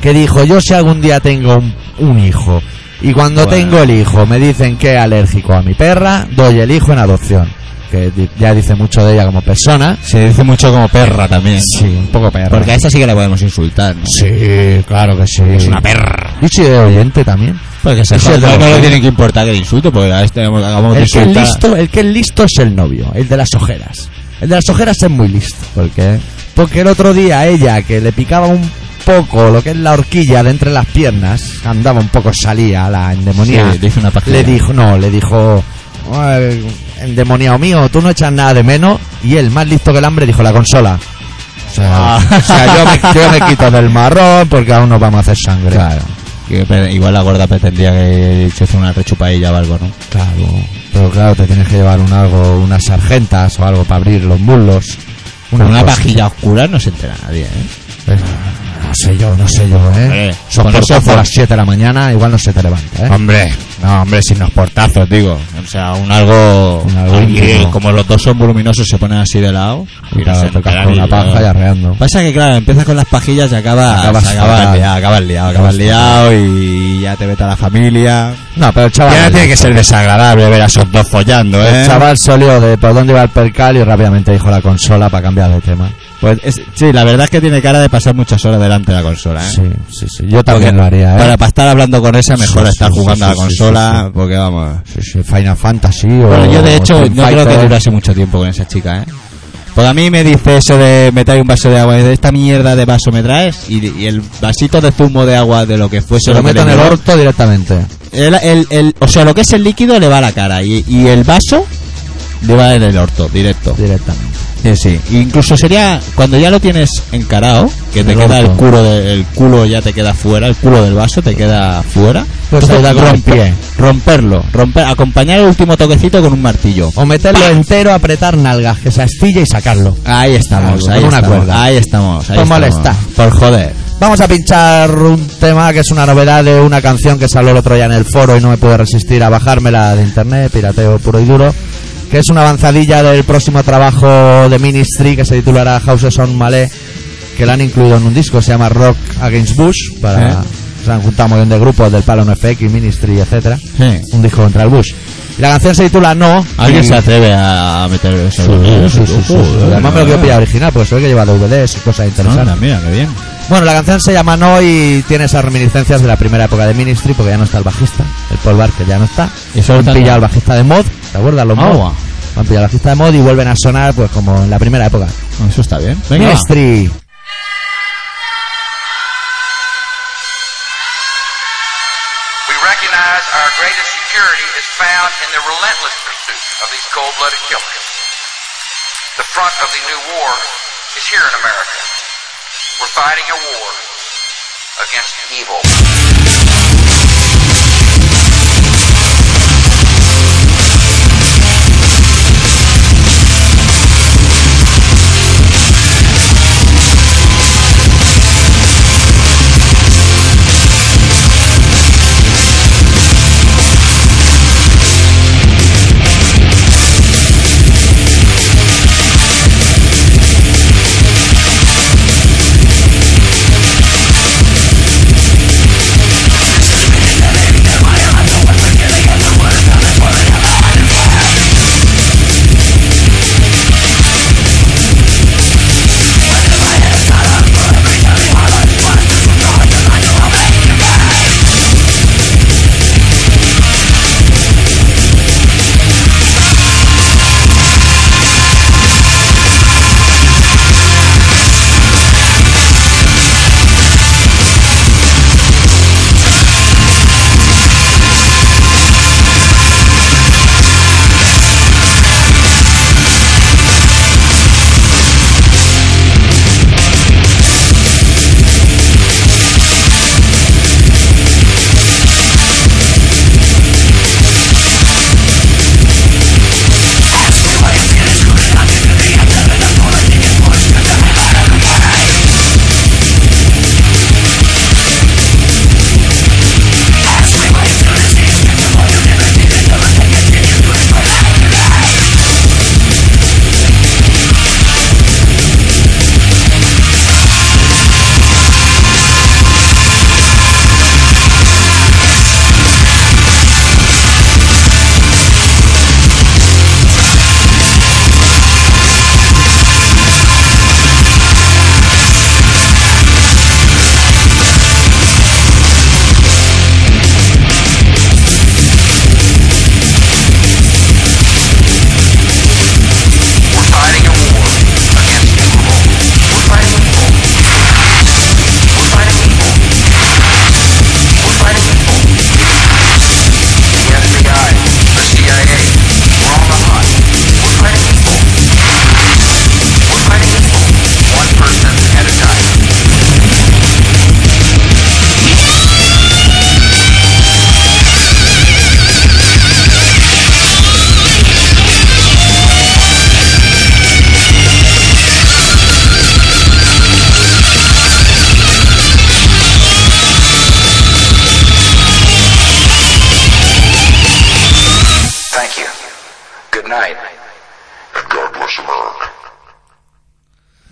S2: que dijo, yo si algún día tengo un, un hijo y cuando
S1: Bueno.
S2: tengo el hijo me dicen que es alérgico a mi perra, doy el hijo en adopción. Que di- ya dice mucho de ella como persona.
S1: Se dice mucho como perra también.
S2: Sí, un poco perra.
S1: Porque a esa sí que la podemos insultar, ¿no?
S2: Sí, claro que sí.
S1: Es una perra.
S2: Yo soy de oyente también. Pues que se
S1: Eso
S2: joda,
S1: no, no
S2: ¿no?
S1: le tienen que importar que le insulte, porque a este acabamos de
S2: El que, es
S1: insultar.
S2: listo, el que es listo es el novio, el de las ojeras. El de las ojeras es muy listo.
S1: ¿Por qué?
S2: Porque el otro día ella, que le picaba un poco lo que es la horquilla de entre las piernas, andaba un poco, salía la endemoniada.
S1: Sí, le hizo una pajilla.
S2: le dijo, no, le dijo, "Ay, endemoniado mío, tú no echas nada de menos. Y él, más listo que el hambre, dijo, la consola. O sea,
S1: Ah.
S2: o sea, yo, me, yo me quito del marrón porque aún nos vamos a hacer sangre.
S1: Claro. Que pe- igual la gorda pretendía que se hizo una rechupadilla o algo, ¿no?
S2: Claro, pero claro, te tienes que llevar un algo, unas sargentas o algo para abrir los muslos.
S1: Con
S2: Pues,
S1: una
S2: cosa.
S1: pajilla oscura no se entera nadie, ¿eh?
S2: Eh, No sé yo, no sé yo, ¿eh?
S1: Eh,
S2: Son
S1: con
S2: portazos
S1: eso-
S2: a las 7 de la mañana, igual no se te levanta, ¿eh?
S1: Hombre, no, hombre, sin los portazos, digo. O sea, un algo.
S2: Un algo
S1: Ay,
S2: íntimo.
S1: eh, como los dos son voluminosos, se ponen así de lado. no
S2: Y
S1: se
S2: claro, tocas
S1: enteran
S2: con
S1: y
S2: una
S1: claro.
S2: paja y arreando.
S1: Pasa que, claro, empiezas con las pajillas y acabas,
S2: Acabas
S1: acabas,
S2: fatal.
S1: liado, acabas liado, acabas liado y ya te vete a la familia.
S2: No, pero el chaval.
S1: Ya no tiene que ser desagradable ver a esos dos follando, ¿eh?
S2: El chaval solió de por dónde iba el percal y rápidamente dijo la consola para cambiar de tema.
S1: Pues es- sí, la verdad es que tiene cara de pasar muchas horas delante de la consola, ¿eh?
S2: Sí, sí, sí. Yo también lo haría, ¿eh?
S1: Para, para estar hablando con esa, mejor
S2: Sí,
S1: estar
S2: sí,
S1: jugando
S2: sí,
S1: a la
S2: sí,
S1: consola,
S2: sí, sí.
S1: porque vamos.
S2: Sí, sí, Final Fantasy o.
S1: Bueno, yo de hecho
S2: Street
S1: no creo que
S2: Fighter.
S1: durase mucho tiempo con esa chica, ¿eh? Porque a mí me dice eso de me trae un vaso de agua y de esta mierda de vaso me traes y, y el vasito de zumo de agua de lo que fuese
S2: Se lo
S1: que
S2: meto
S1: le
S2: en el
S1: dio,
S2: orto directamente.
S1: el- el- el- o sea, lo que es el líquido le va a la cara y, y el vaso le va en el orto, directo.
S2: Directamente.
S1: Sí, sí. Incluso sería cuando ya lo tienes encarado, que te
S2: El
S1: queda el
S2: orto.
S1: culo, de- el culo ya te queda fuera, el culo del vaso te queda fuera.
S2: Pues ahí da con el
S1: rompe-
S2: pie.
S1: romperlo, romper, acompañar el último toquecito con un martillo.
S2: O meterlo entero, apretar nalgas, que se astilla y sacarlo.
S1: Ahí estamos,
S2: Algo,
S1: ahí
S2: con una
S1: estamos,
S2: cuerda. Pues
S1: ahí estamos, ahí
S2: Por
S1: estamos.
S2: molestar.
S1: Por joder.
S2: Vamos a pinchar un tema que es una novedad de una canción que salió el otro día en el foro y no me pude resistir a bajármela de internet, pirateo puro y duro, que es una avanzadilla del próximo trabajo de Ministry que se titulará Houses on Malé, que la han incluido en un disco, se llama Rock Against Bush, para,
S1: ¿Eh?
S2: se han juntado un montón de grupos del Palo NFX, Ministry, etcétera
S1: Sí.
S2: Un disco contra el Bush. Y la canción se titula No.
S1: ¿Alguien
S2: y-
S1: se atreve a meter eso?
S2: Sí, sí, sí, sí, sí. eh. Además me lo quiero pillar original, porque se ve que lleva DVDs y cosas interesantes.
S1: Anda, mira, qué bien.
S2: Bueno, la canción se llama No y tiene esas reminiscencias de la primera época de Ministry, porque ya no está el bajista, el Paul Barker ya no está.
S1: Y solo
S2: Han
S1: está-
S2: pillado al bajista de Mod, ¿te acuerdas? Los
S1: Ah,
S2: Mod.
S1: guau.
S2: Han pillado al bajista de Mod y vuelven a sonar pues como en la primera época.
S1: Eso está bien. Venga. va.
S2: Ministry.
S5: We recognize our greatest security is found in the relentless pursuit of these cold-blooded killers. The front of the new war is here in America. We're fighting a war against evil.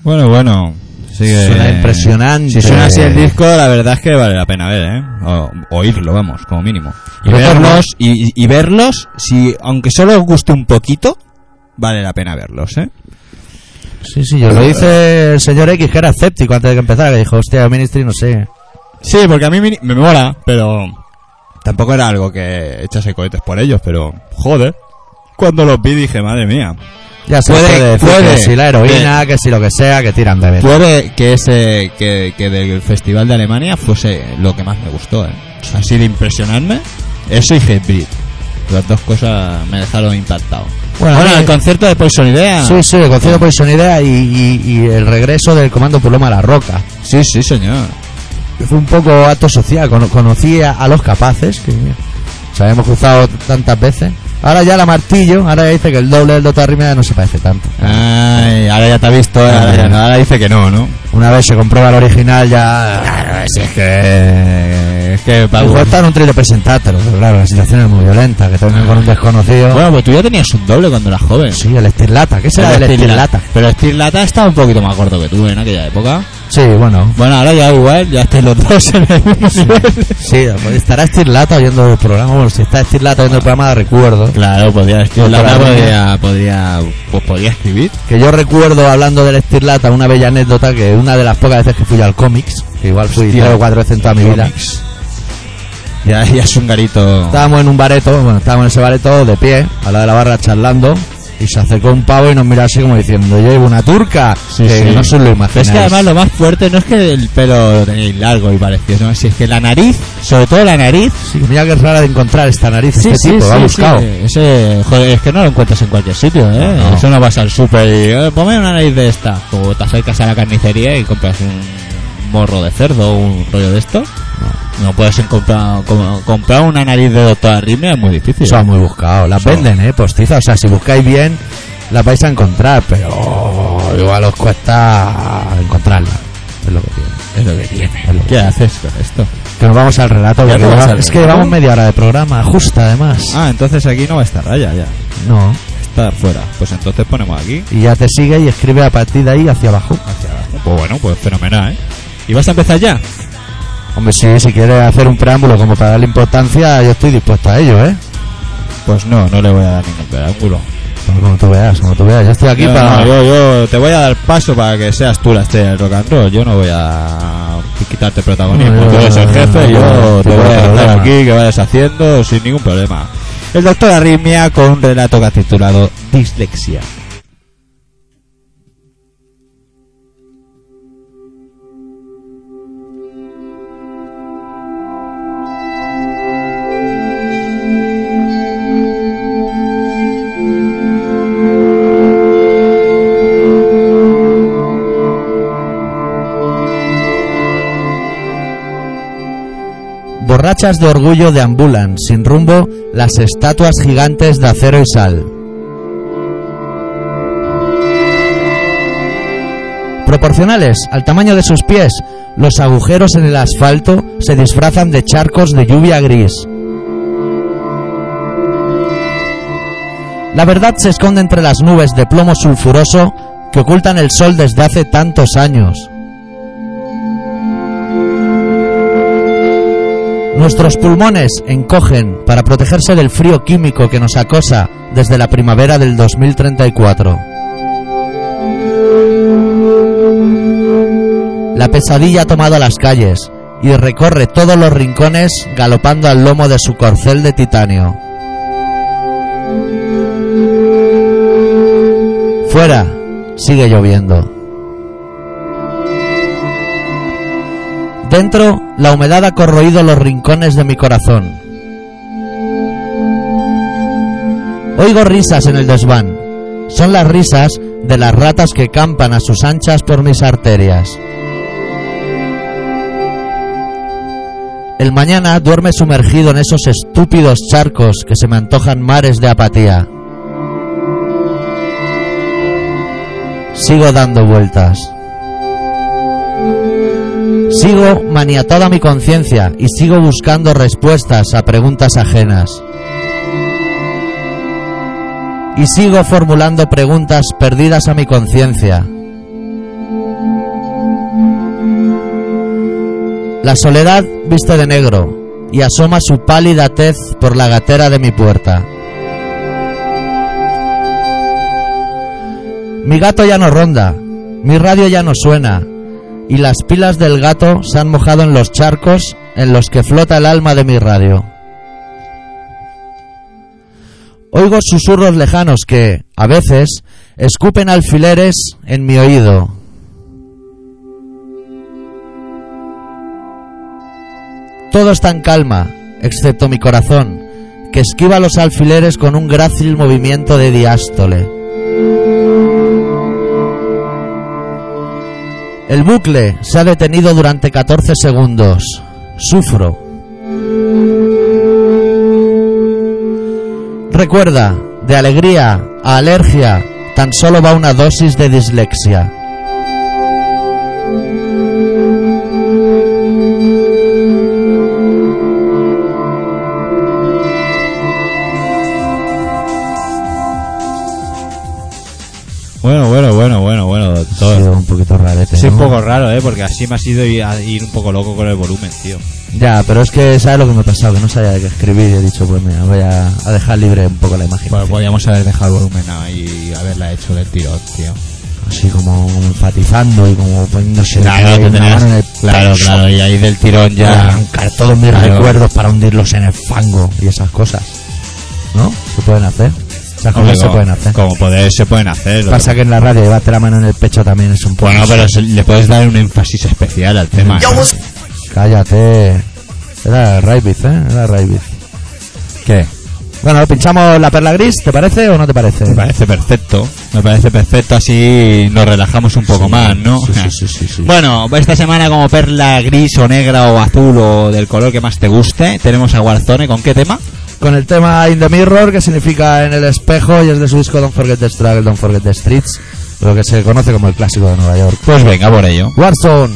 S1: Bueno, bueno. Sigue-
S2: Suena impresionante.
S1: Si suena así el disco, la verdad es que vale la pena ver, ¿eh? O- oírlo, vamos, como mínimo. Y
S2: Pero
S1: verlos, y, y- y verlos, si aunque solo os guste un poquito, vale la pena verlos, ¿eh?
S2: Sí, sí, yo lo dice el señor X, que era escéptico antes de que empezara, que dijo, hostia, Ministry no sé.
S1: Sí, porque a mí mini- me mola, pero tampoco era algo que echase cohetes por ellos, pero joder. Cuando los vi dije, madre mía.
S2: Ya se
S1: Puede-
S2: puede, decir
S1: puede.
S2: que si la heroína, que si lo que sea, que tiran de ver.
S1: Puede que ese que, que del Festival de Alemania fuese lo que más me gustó, ¿eh? Así de impresionarme, eso y Hatebreed. Las dos cosas me dejaron impactado.
S2: Bueno,
S1: Bueno, eh,
S2: a mí-
S1: el concierto de Poison Idea.
S2: Sí, sí, el concierto por Sonidea y, y- y el regreso del comando Puloma a la Roca.
S1: sí, sí, señor.
S2: que Fue un poco acto social, cono- conocí a, a los capaces, que mira, nos habíamos cruzado tantas veces. Ahora ya la martillo, ahora ya dice que el doble del Dota Arrimeda no se parece tanto.
S1: Ay, ahora ya te ha visto, ¿eh? ahora, ya- ahora dice que no, ¿no?
S2: Una vez se comprueba el original ya...
S1: Si es que. Es que va a
S2: Igual
S1: gustar.
S2: está en un trillo presentártelo, pero claro, la situación es muy violenta, que te vengan con un desconocido.
S1: Bueno, pues tú ya tenías un doble cuando eras joven.
S2: Sí, el Estirlata, ¿qué será
S1: El
S2: del
S1: Steel
S2: Estirlata?
S1: Lata. Pero Steel Lata estaba un poquito más corto que tú en aquella época.
S2: Sí, bueno.
S1: Bueno, ahora ya igual, ya estáis los dos en el mismo nivel.
S2: Sí, pues estará Estirlata oyendo el programa. Bueno, si está Estirlata oyendo el programa, recuerdo.
S1: Claro, podía Steel
S2: Otra
S1: Lata podía,
S2: línea.
S1: podía, pues podía escribir.
S2: Que yo recuerdo, hablando del Estirlata, una bella anécdota que una de las pocas veces que fui al cómics, que igual fui
S1: Hostia.
S2: tres o cuatro veces en toda mi vida,
S1: Ya, ya es un garito.
S2: estábamos en un bareto, bueno, estábamos en ese bareto de pie, al lado de la barra charlando, y se acercó un pavo y nos miró así como diciendo, yo llevo una turca,
S1: Sí,
S2: que
S1: sí.
S2: no se lo
S1: Pero
S2: imagináis.
S1: es que además lo más fuerte no es que el pelo lo teníais largo y parecido, no, si es que la nariz, sobre todo la nariz,
S2: Sí, mira que rara de encontrar esta nariz, este
S1: pues
S2: tipo, lo ha buscado.
S1: eh, Ese, joder, es que no lo encuentras en cualquier sitio, ¿eh?
S2: No, no.
S1: Eso no vas al súper y, eh, ponme una nariz de esta. O te acercas a la carnicería y compras un morro de cerdo o un rollo de esto. No, puedes en- comprar, com- comprar una nariz de doctora Rimia, es muy difícil.
S2: Eso ha muy buscado. Las
S1: Eso.
S2: venden, ¿eh? Postizas. O sea, si buscáis bien, las vais a encontrar, pero igual os cuesta encontrarlas. Es lo que tiene.
S1: Es lo que tiene.
S2: Es lo que
S1: ¿Qué
S2: tiene.
S1: haces con esto?
S2: Que nos vamos al relato.
S1: ¿Ya
S2: porque
S1: te vas
S2: lleva-
S1: al
S2: es que
S1: relato?
S2: llevamos media hora de programa, justa además.
S1: Ah, entonces aquí no va a estar raya ya.
S2: No.
S1: Está fuera. Pues entonces ponemos aquí.
S2: Y ya te sigue y escribe a partir de ahí hacia abajo.
S1: Pues bueno, pues fenomenal, ¿eh? ¿Y vas a empezar ya?
S2: Hombre, sí, si quieres hacer un preámbulo como para darle importancia, yo estoy dispuesto a ello, ¿eh?
S1: Pues no, no le voy a dar ningún pedáculo.
S2: Como tú veas, como tú veas. Yo estoy aquí
S1: Yo,
S2: para...
S1: no, yo, yo te voy a dar paso para que seas tú la estrella del rock and roll. Yo no voy a quitarte protagonismo.
S2: No, yo-
S1: tú eres el jefe,
S2: no,
S1: yo
S2: no
S1: te voy
S2: tengo
S1: a dejar
S2: problema.
S1: aquí que vayas haciendo sin ningún problema. El doctor Arritmia con un relato que ha titulado Dislexia.
S2: Borrachas de orgullo deambulan sin rumbo las estatuas gigantes de acero y sal. Proporcionales al tamaño de sus pies, los agujeros en el asfalto se disfrazan de charcos de lluvia gris. La verdad se esconde entre las nubes de plomo sulfuroso que ocultan el sol desde hace tantos años. Nuestros pulmones encogen para protegerse del frío químico que nos acosa desde la primavera del 2034. La pesadilla ha tomado las calles y recorre todos los rincones galopando al lomo de su corcel de titanio. Fuera, sigue lloviendo. Dentro, la humedad ha corroído los rincones de mi corazón. Oigo risas en el desván. Son las risas de las ratas que campan a sus anchas por mis arterias. El mañana duerme sumergido en esos estúpidos charcos que se me antojan mares de apatía. Sigo dando vueltas. Sigo maniatada mi conciencia y sigo buscando respuestas a preguntas ajenas. Y sigo formulando preguntas perdidas a mi conciencia. La soledad viste de negro y asoma su pálida tez por la gatera de mi puerta. Mi gato ya no ronda, mi radio ya no suena, y las pilas del gato se han mojado en los charcos en los que flota el alma de mi radio. Oigo susurros lejanos que, a veces, escupen alfileres en mi oído. Todo está en calma, excepto mi corazón, que esquiva los alfileres con un grácil movimiento de diástole. El bucle se ha detenido durante 14 segundos. Sufro. Recuerda, de alegría a alergia, tan solo va una dosis de dislexia.
S1: Bueno, bueno, bueno, bueno, bueno,
S2: Ha sido
S1: doctor.
S2: un poquito rarete.
S1: Sí,
S2: ¿no?
S1: un poco raro, ¿eh? Porque así me ha sido ir, a ir un poco loco con el volumen, tío.
S2: Ya, pero es que sabes lo que me ha pasado, que no sabía qué escribir y he dicho, pues mira, voy a, a dejar libre un poco la
S1: Bueno,
S2: imaginación.
S1: podríamos haber dejado el volumen ahí y haberla hecho del tirón, tío.
S2: Así como, como enfatizando y como poniéndose
S1: Claro,
S2: una
S1: tú tenías-
S2: mano en el
S1: claro,
S2: pecho
S1: claro, y ahí del tirón
S2: para
S1: ya.
S2: arrancar todos mis
S1: Claro.
S2: recuerdos para hundirlos en el fango y esas cosas. ¿No? Se pueden hacer. Esas
S1: Hombre,
S2: cosas se
S1: como-
S2: pueden hacer.
S1: Como poder, se pueden hacer. lo que
S2: Pasa que en la radio llevarte la mano en el pecho también es un poco...
S1: Bueno, pero se- le puedes dar un énfasis especial al tema. ¿no?
S2: Cállate. Era Raibiz, ¿eh? Era Raibiz.
S1: ¿Qué?
S2: Bueno, pinchamos la perla gris, ¿te parece o no te parece?
S1: Me parece perfecto. Me parece perfecto, así nos relajamos un poco
S2: Sí,
S1: más, ¿no?
S2: sí, sí, sí, sí, sí.
S1: Bueno, esta semana como perla gris o negra o azul o del color que más te guste, tenemos a Warzone. ¿Con qué tema?
S2: Con el tema In the Mirror, que significa en el espejo, y es de su disco Don't Forget the Struggle, Don't Forget the Streets, lo que se conoce como el clásico de Nueva York.
S1: Pues venga, por ello.
S2: Warzone.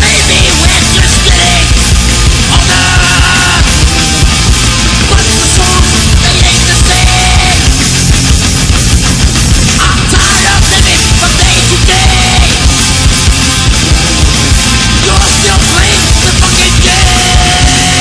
S4: Maybe we're just getting older, but the songs they ain't the same. I'm tired of living from day to day. You're still playing the fucking game.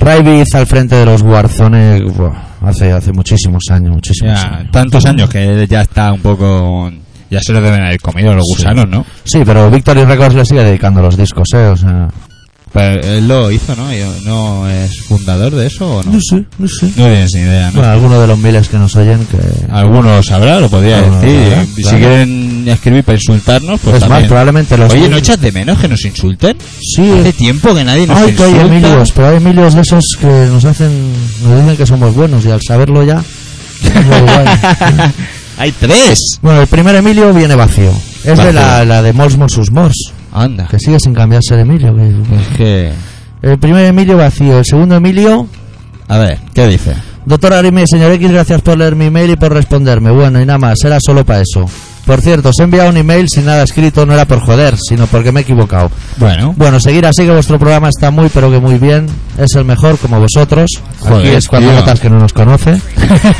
S2: Ray Beats al frente de los Warzones buah, hace, hace muchísimos años, muchísimos
S1: Ya,
S2: años.
S1: tantos años que ya está un poco. Ya se lo deben haber comido los
S2: Sí.
S1: gusanos, ¿no?
S2: Sí, pero Victory Records le sigue dedicando los discos, ¿eh? O sea,
S1: Pero él lo hizo, ¿no? Yo- ¿No es fundador de eso o no?
S2: no sé, no sé.
S1: No tienes ni idea, ¿no?
S2: Bueno, alguno de los miles que nos oyen que...
S1: Alguno lo sabrá, lo podría
S2: Alguno lo
S1: decir.
S2: sabrá,
S1: Y Si
S2: claro.
S1: quieren escribir para insultarnos, pues
S2: es más,
S1: también.
S2: probablemente los...
S1: Oye, ¿no echas de menos que nos insulten?
S2: Sí, eh.
S1: Hace tiempo que nadie nos
S2: Ay, que hay
S1: insulta.
S2: Emilios, pero hay Emilios de esos que nos hacen, nos dicen que somos buenos y al saberlo ya. es muy guay.
S1: Hay tres.
S2: bueno, el primer Emilio viene vacío. Es de la,
S1: Vacío.
S2: la de Mors Morsus Mors,
S1: Anda.
S2: que sigue sin cambiarse de Emilio. que-
S1: Es que...
S2: El primer Emilio vacío, el segundo Emilio.
S1: A ver, ¿qué dice?
S2: Doctor Arime, señor X, gracias por leer mi email y por responderme. Bueno, y nada más, era solo para eso. Por cierto, os he enviado un email sin nada escrito, no era por joder, sino porque me he equivocado.
S1: Bueno,
S2: Bueno, seguir así que vuestro programa está muy pero que muy bien. Es el mejor como vosotros.
S1: Joder,
S2: Aquí es cuando
S1: tío.
S2: notas que no nos conoce.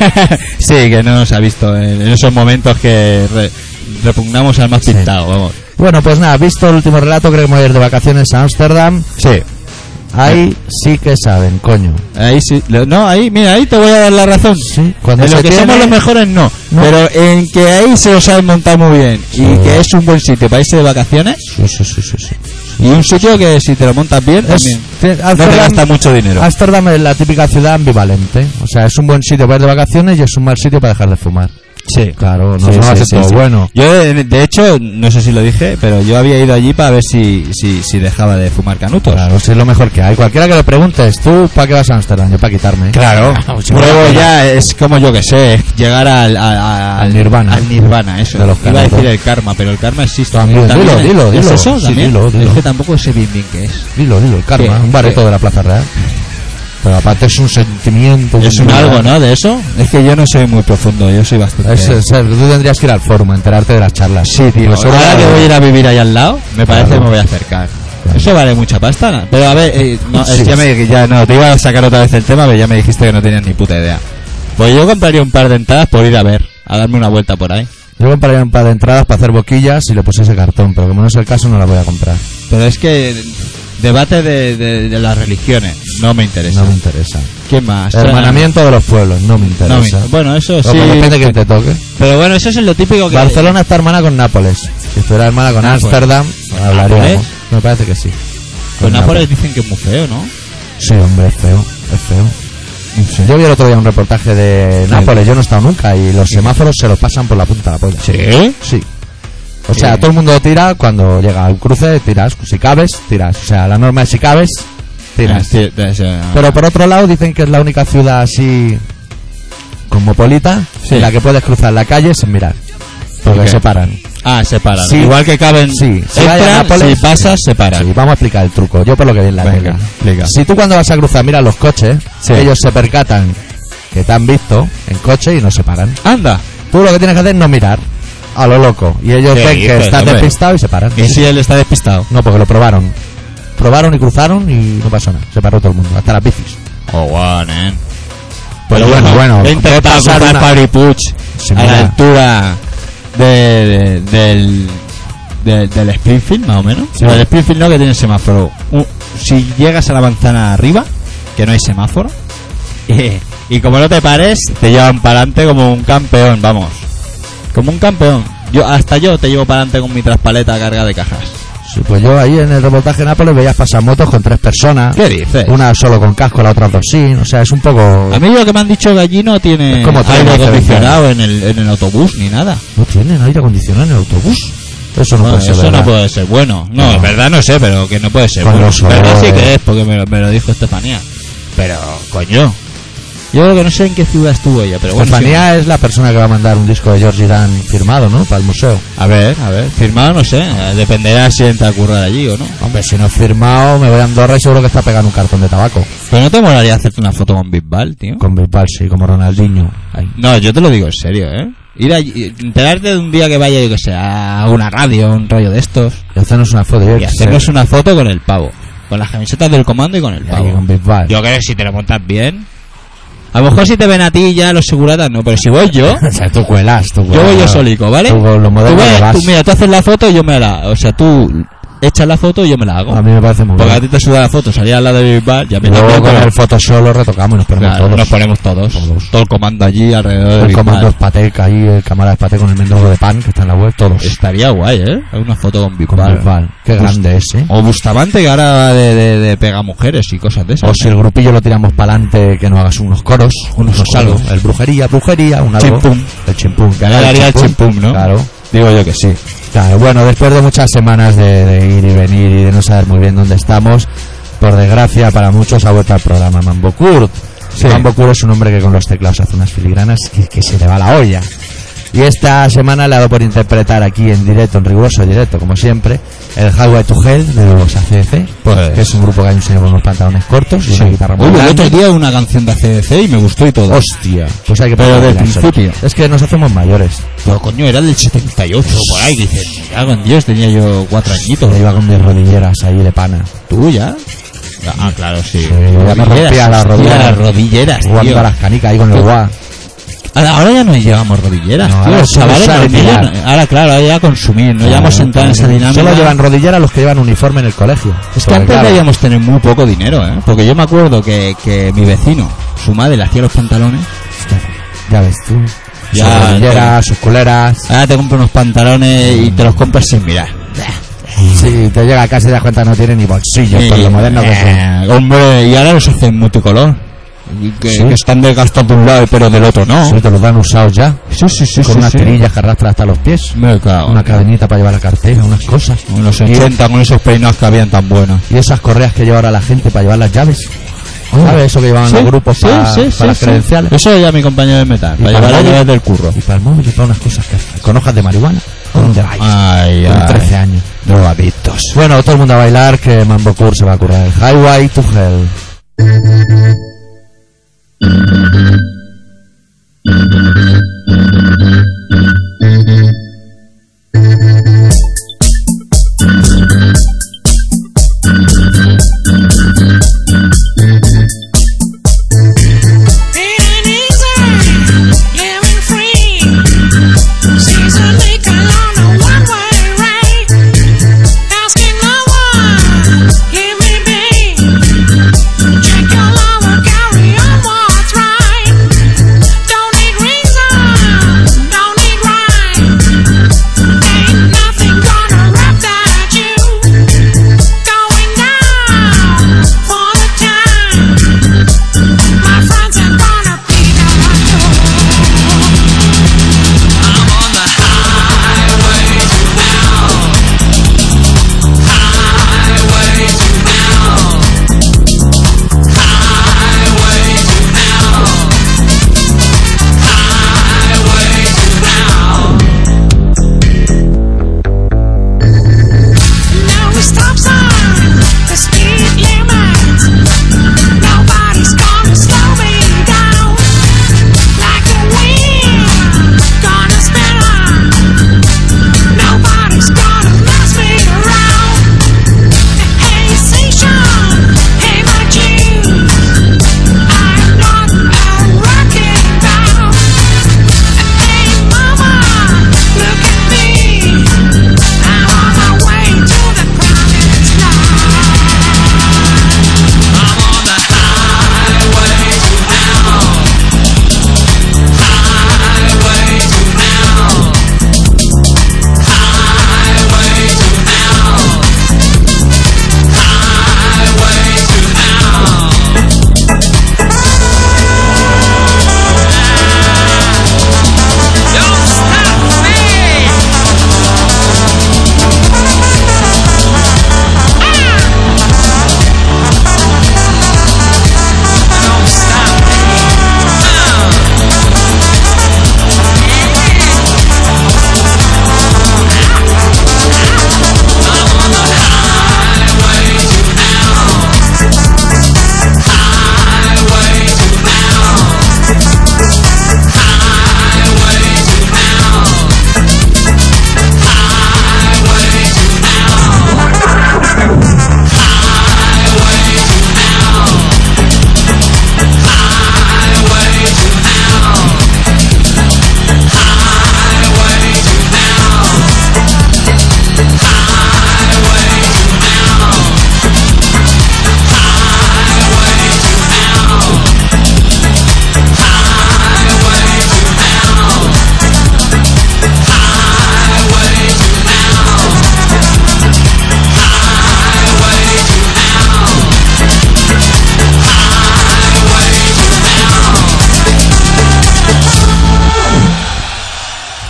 S1: sí, que no nos ha visto en en esos momentos que re- repugnamos al más
S2: Sí.
S1: pintado, vamos.
S2: Bueno, pues nada, visto el último relato, creo que me voy a ir de vacaciones a Ámsterdam.
S1: Sí,
S2: Ahí sí que saben, coño.
S1: ahí sí. lo- No, ahí, mira, ahí te voy a dar la razón.
S2: Sí, cuando
S1: en
S2: se
S1: lo que
S2: tiene-
S1: somos los mejores no,
S2: No.
S1: pero en que ahí se lo saben montar muy bien y que es un buen sitio para irse de vacaciones
S2: Sí, sí, sí, sí. sí.
S1: y un sitio que si te lo montas bien
S2: Es-
S1: también
S2: te-
S1: no te
S2: Ámsterdam-
S1: gasta mucho dinero.
S2: Ámsterdam es la típica ciudad ambivalente. O sea, es un buen sitio para ir de vacaciones y es un mal sitio para dejar de fumar.
S1: Sí,
S2: Claro, no
S1: Sí,
S2: no
S1: sí,
S2: hace
S1: sí,
S2: todo
S1: sí.
S2: bueno.
S1: Yo, de de hecho, no sé si lo dije, pero yo había ido allí para ver si, si, si dejaba de fumar canutos.
S2: Claro, sí, es lo mejor que hay. Cualquiera que le preguntes, ¿tú para qué vas a Ámsterdam? Yo para quitarme.
S1: Claro.
S2: mucho
S1: Luego
S2: más.
S1: ya es como yo que sé, llegar al, al, al-
S2: Al nirvana.
S1: Al nirvana, eso.
S2: De los
S1: Iba a
S2: canutos.
S1: decir el karma, pero el karma existe.
S2: También, dilo, dilo,
S1: ¿Es
S2: dilo.
S1: eso
S2: Sí,
S1: también?
S2: dilo, dilo.
S1: Es que tampoco sé bien bien qué es.
S2: Dilo, dilo, el karma,
S1: Sí,
S2: un bareto
S1: sí.
S2: de la Plaza Real. Pero aparte es un sentimiento.
S1: Es un algo, ¿no? De eso. Es que yo no soy muy profundo, yo soy bastante.
S2: Es- es- tú tendrías que ir al foro a enterarte de las charlas.
S1: Sí, tío.
S2: Pues ahora
S1: Ahora que voy a ir a vivir ahí al lado, me parece
S2: Claro.
S1: que me voy a acercar. Eso vale mucha pasta, ¿no? Pero a ver, eh, no, es
S2: Sí.
S1: que ya, me- ya no, te iba a sacar otra vez el tema, pero ya me dijiste que no tenías ni puta idea. Pues yo compraría un par de entradas por ir a ver, a darme una vuelta por ahí.
S2: Yo compraría un par de entradas para hacer boquillas y le pusiese cartón, pero como no es el caso, no la voy a comprar.
S1: Pero es que debate de, de- de las religiones no me interesa.
S2: No me interesa.
S1: ¿Qué más?
S2: Hermanamiento de los pueblos, no
S1: No
S2: me
S1: me
S2: interesa.
S1: inter- Bueno, eso
S2: Pero
S1: sí.
S2: pues depende de quién te toque.
S1: Pero bueno, eso es lo típico que.
S2: Barcelona está hermana con Nápoles. Si estuviera hermana con
S1: Nápoles.
S2: Ámsterdam,
S1: ¿Con
S2: hablaríamos.
S1: Nápoles?
S2: Me parece que sí.
S1: Pues Nápoles dicen que es muy feo, ¿no?
S2: Sí, hombre, es feo, es feo. Yo vi el otro día un reportaje de Nápoles, yo no he estado nunca, y los semáforos se los pasan por la punta de la polla.
S1: Sí.
S2: Sí. O sea,
S1: Sí.
S2: todo el mundo tira cuando llega al cruce, tiras. Si cabes, tiras. O sea, la norma es si cabes,
S1: Ah,
S2: tiras. Pero por otro lado dicen que es la única ciudad así cosmopolita
S1: Sí.
S2: en la que puedes cruzar la calle sin mirar. Porque
S1: Ok.
S2: se paran.
S1: Ah, se paran.
S2: Sí.
S1: Igual que caben.
S2: Sí. Si
S1: Entran,
S2: vaya a Nápoles-
S1: si pasas, se
S2: Sí,
S1: paran.
S2: vamos a explicar el truco. Yo por lo que vi en la
S1: Venga,
S2: tele.
S1: explica.
S2: Si tú cuando vas a cruzar miras los coches,
S1: Sí.
S2: ellos se percatan que te han visto en coche y no se paran.
S1: Anda.
S2: Tú lo que tienes que hacer es no mirar a lo loco. Y ellos
S1: ¿Qué
S2: ven que
S1: dices,
S2: estás
S1: hombre?
S2: despistado y se paran.
S1: ¿Y si él está despistado?
S2: No, porque lo probaron. Probaron y cruzaron y no pasó nada. Se paró todo el mundo, hasta las bicis.
S1: Oh, wow, nen.
S2: Pero bueno, bueno,
S1: Pues He intentado
S2: puede pasar
S1: cruzar
S2: una-
S1: Fabri Puig a
S2: Sí,
S1: la
S2: mira.
S1: altura de, de- del, de- del Springfield, más o menos.
S2: Sí.
S1: El Springfield no, que tiene semáforo. Un- si llegas a la manzana arriba, que no hay semáforo, y, como no te pares, te llevan para adelante como un campeón, vamos. Como un campeón. Yo, hasta yo te llevo para adelante con mi traspaleta carga de cajas.
S2: Sí, pues yo ahí en el reportaje de Nápoles veías pasar motos con tres personas.
S1: ¿Qué dices?
S2: Una solo con casco, la otra dos sin. O sea, es un poco.
S1: A mí lo que me han dicho que allí no tiene
S2: Es como tren
S1: aire acondicionado
S2: acondicionado.
S1: en el, en el autobús ni nada.
S2: No tienen aire acondicionado en el autobús. Eso no
S1: Bueno,
S2: puede ser.
S1: eso
S2: ¿verdad?
S1: no puede ser bueno. No,
S2: No.
S1: en verdad no sé, pero que no puede ser
S2: Con
S1: bueno.
S2: los
S1: Verdad sí
S2: olores.
S1: que es, porque me lo, me lo dijo Estefanía. Pero, coño. Yo creo que no sé en qué ciudad estuvo ella, pero bueno.
S2: Estefanía es la persona que va a mandar un disco de George Dan firmado, ¿no? Para el museo.
S1: sí. A ver, a ver. Firmado no sé. eh, Dependerá si entra a currar allí o no.
S2: Hombre, si no es firmado, me voy a Andorra y seguro que está pegando un cartón de tabaco.
S1: Pero no te molaría hacerte una foto con Bisbal, tío.
S2: Con Bisbal, sí, como Ronaldinho. Ahí.
S1: No, yo te lo digo en serio, ¿eh? Ir allí, enterarte de un día que vaya, yo que sé, a una radio, un rollo de estos.
S2: Y hacernos una foto. yo
S1: Y
S2: qué sé.
S1: hacernos una foto con el pavo. Con las camisetas del comando y con el
S2: Y ahí
S1: pavo.
S2: con Bisbal.
S1: Yo creo que si te lo montas bien. A lo mejor si te ven a ti ya los seguratas no, pero si voy yo,
S2: O sea, tú cuelas, tú
S1: yo
S2: cuelas.
S1: voy yo solico, ¿vale?
S2: Tú con los modelos
S1: Tú
S2: que
S1: ves-
S2: vas.
S1: tú, mira, tú haces la foto y yo me la. O sea, tú echa la foto y yo me la hago.
S2: A mí me parece muy
S1: Porque a
S2: bien.
S1: ti te suda la foto, salía la de Big Bad y a mí
S2: Ah, Luego
S1: también,
S2: con
S1: pero-
S2: el Photoshop lo retocamos y nos ponemos
S1: Claro,
S2: todos.
S1: nos ponemos todos, Todo el comando allí alrededor de
S2: el
S1: Big
S2: comando
S1: Bad.
S2: Spatek ahí, el cámara Spatek con el mendrugo de pan que está en la web, todos.
S1: Estaría guay, ¿eh? Una foto con Big
S2: Con
S1: Bad.
S2: Big Bad. Qué grande es, ¿eh?
S1: O Bustamante, que ahora va de, de, de pega mujeres y cosas de esas.
S2: O si el grupillo lo tiramos para adelante, que nos hagas unos coros, unos
S1: coros.
S2: algo. El brujería, brujería, un algo.
S1: Chimpum.
S2: El chimpum. Que
S1: ahora haría el chimpum, ¿no?
S2: Claro.
S1: Digo yo que sí.
S2: Claro, bueno, después de muchas semanas de, de ir y venir y de no saber muy bien dónde estamos, por desgracia para muchos ha vuelto al programa Mambo Kurt.
S1: Sí.
S2: Mambo Kurt es un hombre que con los teclados hace unas filigranas que, que se le va la olla. Y esta semana le ha dado por interpretar aquí en directo, en riguroso directo, como siempre, el Highway to Hell de los ACF,
S1: Pues-
S2: que es un grupo que hay un señor con unos pantalones cortos y una guitarra muy
S1: Uy, el
S2: grande.
S1: otro día una canción de ACDC y me gustó y todo. Hostia.
S2: Pues hay que
S1: Pero del
S2: pegárselos.
S1: principio.
S2: Es que nos hacemos mayores.
S1: Pero coño, era del 78 por ahí. Que dices, "Me cago en Dios, tenía yo cuatro añitos.
S2: Yo iba con mis rodilleras ahí de pana.
S1: ¿Tú ya? Ah, claro, sí.
S2: yo ya me
S1: Rodilleras,
S2: rompía las
S1: hostia,
S2: rodilleras.
S1: las rodilleras,
S2: Jugando
S1: tío.
S2: a las canicas ahí con el guá.
S1: Ahora ahora ya no llevamos rodilleras,
S2: No,
S1: tío.
S2: ahora
S1: Los
S2: solo
S1: chavales
S2: saben
S1: no
S2: mirar.
S1: pillan. Ahora, claro, ahora ya consumir. No ya hemos
S2: Claro,
S1: entrado en esa
S2: claro.
S1: dinámica.
S2: Solo llevan rodillera los que llevan uniforme en el colegio.
S1: Es que
S2: Porque,
S1: antes
S2: claro,
S1: debíamos tener muy poco dinero, ¿eh? Porque yo me acuerdo que, que mi vecino, su madre, le hacía los pantalones.
S2: Ya ves tú.
S1: Ya,
S2: sus
S1: claro.
S2: rodilleras, sus culeras.
S1: Ahora te compro unos pantalones y te los compras sin mirar.
S2: Sí, te llega a casa y te das cuenta que no tiene ni bolsillos
S1: pues
S2: por lo moderno que son.
S1: Eh, Hombre, y ahora los hacen multicolor. Y Que,
S2: Sí.
S1: que están desgastados de un lado, pero del otro no.
S2: Eso te los dan usados ya.
S1: Sí, sí, sí.
S2: con
S1: sí,
S2: unas
S1: sí.
S2: tirillas que arrastran hasta los pies.
S1: Me cago.
S2: Una cadenita para llevar la cartera, unas cosas.
S1: En los 80 con esos peinados que habían tan buenos.
S2: Y esas correas que lleva ahora la gente para llevar las llaves. ¿Sabes? Eso que llevaban
S1: Oh. Sí,
S2: los grupos
S1: sí,
S2: para,
S1: sí,
S2: para
S1: sí,
S2: las
S1: sí.
S2: credenciales.
S1: Eso ya mi compañero de metal.
S2: Y
S1: Para llevar
S2: para
S1: las
S2: nadie.
S1: llaves del curro.
S2: Y para el móvil y para unas cosas que hacen. Con hojas de marihuana. ¿Dónde vais?
S1: Oh. Ay,
S2: Con
S1: ay.
S2: 13 años.
S1: Drogadictos.
S2: Bueno, todo el mundo a bailar que Mambo Cur se va a curar. Highway to Hell.
S4: Check your love again.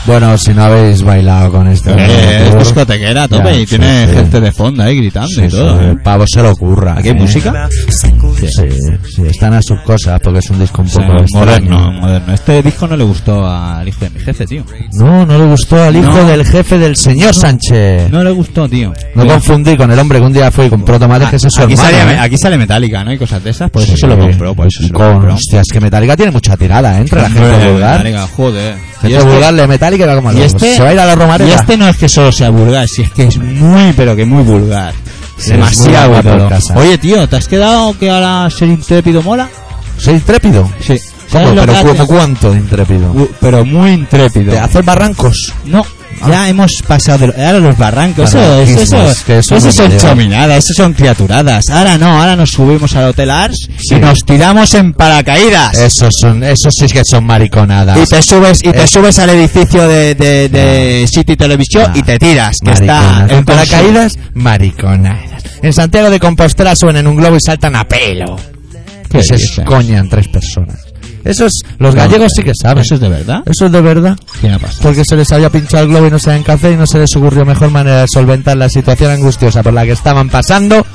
S2: Bueno, si no habéis bailado con este.
S1: Eh, es
S2: hombre,
S1: discotequera a tope
S2: Ya,
S1: y
S2: sí,
S1: tiene
S2: sí.
S1: gente de fondo ahí gritando
S2: Sí,
S1: y todo. ¿eh?
S2: sí, el pavo se lo ocurra.
S1: ¿Aquí hay
S2: ¿eh?
S1: música?
S2: Sí, sí, están a sus cosas porque es un disco un
S1: O sea,
S2: poco extraño.
S1: moderno, moderno. Este disco no le gustó al hijo de mi jefe, tío.
S2: No, no le gustó al hijo
S1: No.
S2: del jefe del señor Sánchez. No,
S1: No le gustó, tío.
S2: confundí con el hombre que un día fue y compró tomates, que ese es su
S1: Ah, aquí,
S2: hermano,
S1: sale,
S2: ¿eh?
S1: aquí sale Metallica, ¿no? Y cosas de esas. Por eso se lo
S2: Sí.
S1: compró, por eso se lo
S2: Con-
S1: compró.
S2: Hostia, es que Metallica tiene mucha tirada, ¿eh? Entre la gente
S1: Hombre,
S2: vulgar.
S1: Metallica, joder. Y
S2: Gente
S1: este-
S2: vulgar de Metallica y va como
S1: y
S2: loco.
S1: este-
S2: Se va a ir a la Romareda.
S1: Y este no es que solo sea vulgar, si es que es muy, pero que muy vulgar.
S2: Sí,
S1: Demasiado
S2: es muy vulgar por
S1: pero-
S2: casa.
S1: Oye, tío, ¿te has quedado que ahora ser intrépido mola?
S2: ¿Soy intrépido?
S1: Sí.
S2: ¿Cómo?
S1: ¿Sabes lo
S2: ¿Pero
S1: que
S2: cu-
S1: hace?
S2: cuánto de intrépido?
S1: Bu- Pero muy intrépido.
S2: ¿Te hacer barrancos?
S1: No, ya hemos pasado de lo- ahora los barrancos. Eso, eso,
S2: Ah. Barranquismos,
S1: eso,
S2: que eso
S1: eso
S2: no
S1: son
S2: me lleva.
S1: chominadas, eso son criaturadas. Ahora no, ahora nos subimos al Hotel Ars
S2: Sí. Eh,
S1: y nos tiramos en paracaídas.
S2: Esos son, esos sí que son mariconadas.
S1: y te subes y te
S2: Eh.
S1: subes al edificio de, de, de City Televisión
S2: Ah.
S1: y te tiras que
S2: Mariconadas.
S1: está
S2: en
S1: el
S2: paracaídas, mariconadas. En Santiago de Compostela suben en un globo y saltan a pelo.
S1: ¿Qué
S2: Y se
S1: dices?
S2: escoñan tres personas. Esos, los
S1: No,
S2: gallegos sí
S1: pero-
S2: que saben.
S1: ¿Eso es de verdad?
S2: Eso es de verdad.
S1: ¿Qué ha pasado?
S2: Porque se les había pinchado el globo y no se en café y no se les ocurrió mejor manera de solventar la situación angustiosa por la que estaban pasando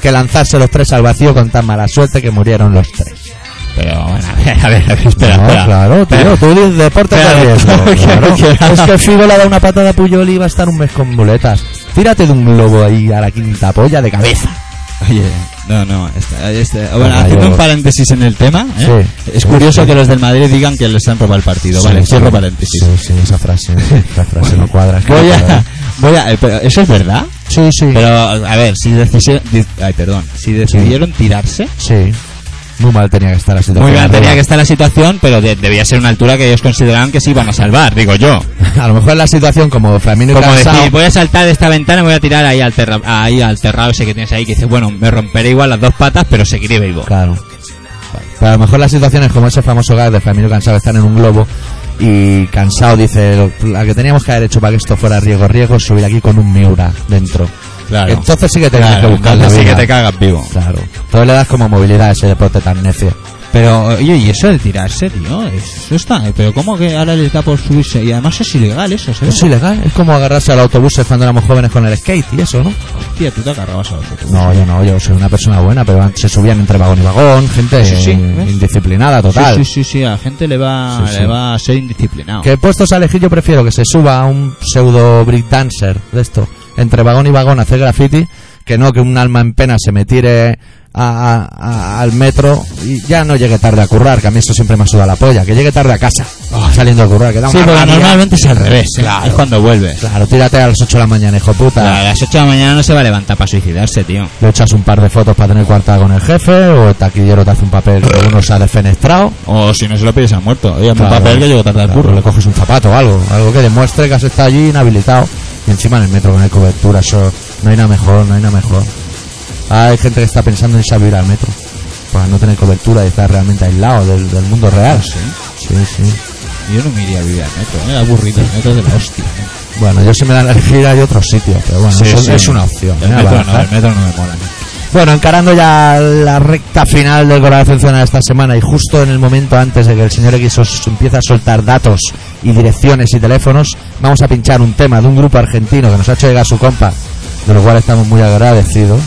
S2: que lanzarse los tres al vacío con tan mala suerte que murieron los tres.
S1: Pero bueno, a ver, a ver, a ver, espera,
S2: no,
S1: espera.
S2: claro, tío,
S1: Espera.
S2: tú dices deporte de
S1: Espera,
S2: riesgo,
S1: que
S2: claro.
S1: no quiero.
S2: Es que Figo le ha dado una patada a Puyol y va a estar un mes con muletas. Tírate de un globo ahí a la quinta polla de cabeza.
S1: Oye, no, no. esta- esta- bueno,
S2: Venga,
S1: haciendo
S2: yo-
S1: un paréntesis en el tema, ¿eh?
S2: Sí.
S1: es curioso que los del Madrid digan que les han robado el partido. vale,
S2: Sí, sí.
S1: cierro paréntesis.
S2: Sí, sí, esa frase, esa frase no cuadra. es que
S1: Voy
S2: no
S1: a,
S2: cuadra.
S1: voy a, eh, pero eso es verdad.
S2: Sí, sí.
S1: Pero a ver, si decidieron, ay, perdón, si decidieron tirarse,
S2: Sí. Muy mal tenía que estar la situación.
S1: muy bien,
S2: arriba.
S1: tenía que estar la situación, pero de- debía ser una altura que ellos consideraban que se iban a salvar, digo yo.
S2: A lo mejor la situación como Flamino y
S1: Como
S2: Cansao,
S1: decir, voy a saltar de esta ventana y voy a tirar ahí al, terra- ahí al terrado ese que tienes ahí, que dices, bueno, me romperé igual las dos patas, pero seguiré vivo.
S2: Claro. Pero a lo mejor las situaciones como ese famoso gag de Flamino Cansado están en un globo y Cansado dice, "Lo- la que teníamos que haber hecho para que esto fuera riesgo, riesgo, es subir aquí con un Miura dentro.
S1: Claro.
S2: Entonces sí que tenías
S1: Claro,
S2: que buscar la
S1: entonces sí
S2: vida.
S1: que te cagas vivo.
S2: Claro. Entonces le das como movilidad a ese deporte tan necio.
S1: Pero, oye, y eso de tirarse, tío, eso está, eh, pero ¿cómo que ahora les da por subirse? Y además es ilegal eso, ¿sabes?
S2: Es ilegal, es como agarrarse al autobús cuando éramos jóvenes con el skate y eso, ¿no?
S1: Hostia, tú te agarrabas a vosotros.
S2: No, yo no, yo soy una persona buena, pero se subían entre vagón y vagón, gente
S1: Eso sí,
S2: eh,
S1: ¿ves?
S2: indisciplinada total.
S1: Sí, sí, sí, sí, a la gente le va,
S2: Sí, sí.
S1: le va a ser indisciplinado.
S2: Que puestos a elegir yo prefiero que se suba a un pseudo brick dancer de esto, entre vagón y vagón a hacer graffiti, que no que un alma en pena se me tire a- a- a- al metro y ya no llegue tarde a currar, que a mí eso siempre me ha sudado la polla, que llegue tarde a casa, saliendo a currar, que da
S1: Sí,
S2: una
S1: porque
S2: rabia.
S1: normalmente es al revés, ¿eh? es cuando vuelves.
S2: Claro, tírate a las 8 de la mañana, hijo puta.
S1: A las 8 de la mañana no se va a levantar para suicidarse, tío.
S2: Le echas un par de fotos para tener cuarta con el jefe, o el taquillero te hace un papel que uno se ha desfenestrado.
S1: O si no se lo pides a muerto. Oye, hazme un
S2: Claro.
S1: papel que llego tarde al
S2: Claro,
S1: curro.
S2: Le coges un zapato o algo, algo que demuestre que has estado allí inhabilitado. Y encima en el metro con el cobertura, eso no hay nada mejor, no hay nada mejor. Hay gente que está pensando en irse a vivir al metro para no tener cobertura y estar realmente aislado del, del mundo
S1: Ah,
S2: real. Sí, sí,
S1: Yo no me iría a vivir al metro, me aburrido, el metro es de la hostia. ¿eh?
S2: Bueno, yo si me dan a elegir hay otros sitios, pero bueno, eso es una opción.
S1: El
S2: ¿eh?
S1: metro, no,
S2: Avanzar.
S1: el metro no me mola.
S2: Bueno, encarando ya la recta final del Corazón Zona esta semana y justo en el momento antes de que el señor X os empiece a soltar datos y direcciones y teléfonos, vamos a pinchar un tema de un grupo argentino que nos ha hecho llegar su compa, de lo cual estamos muy agradecidos.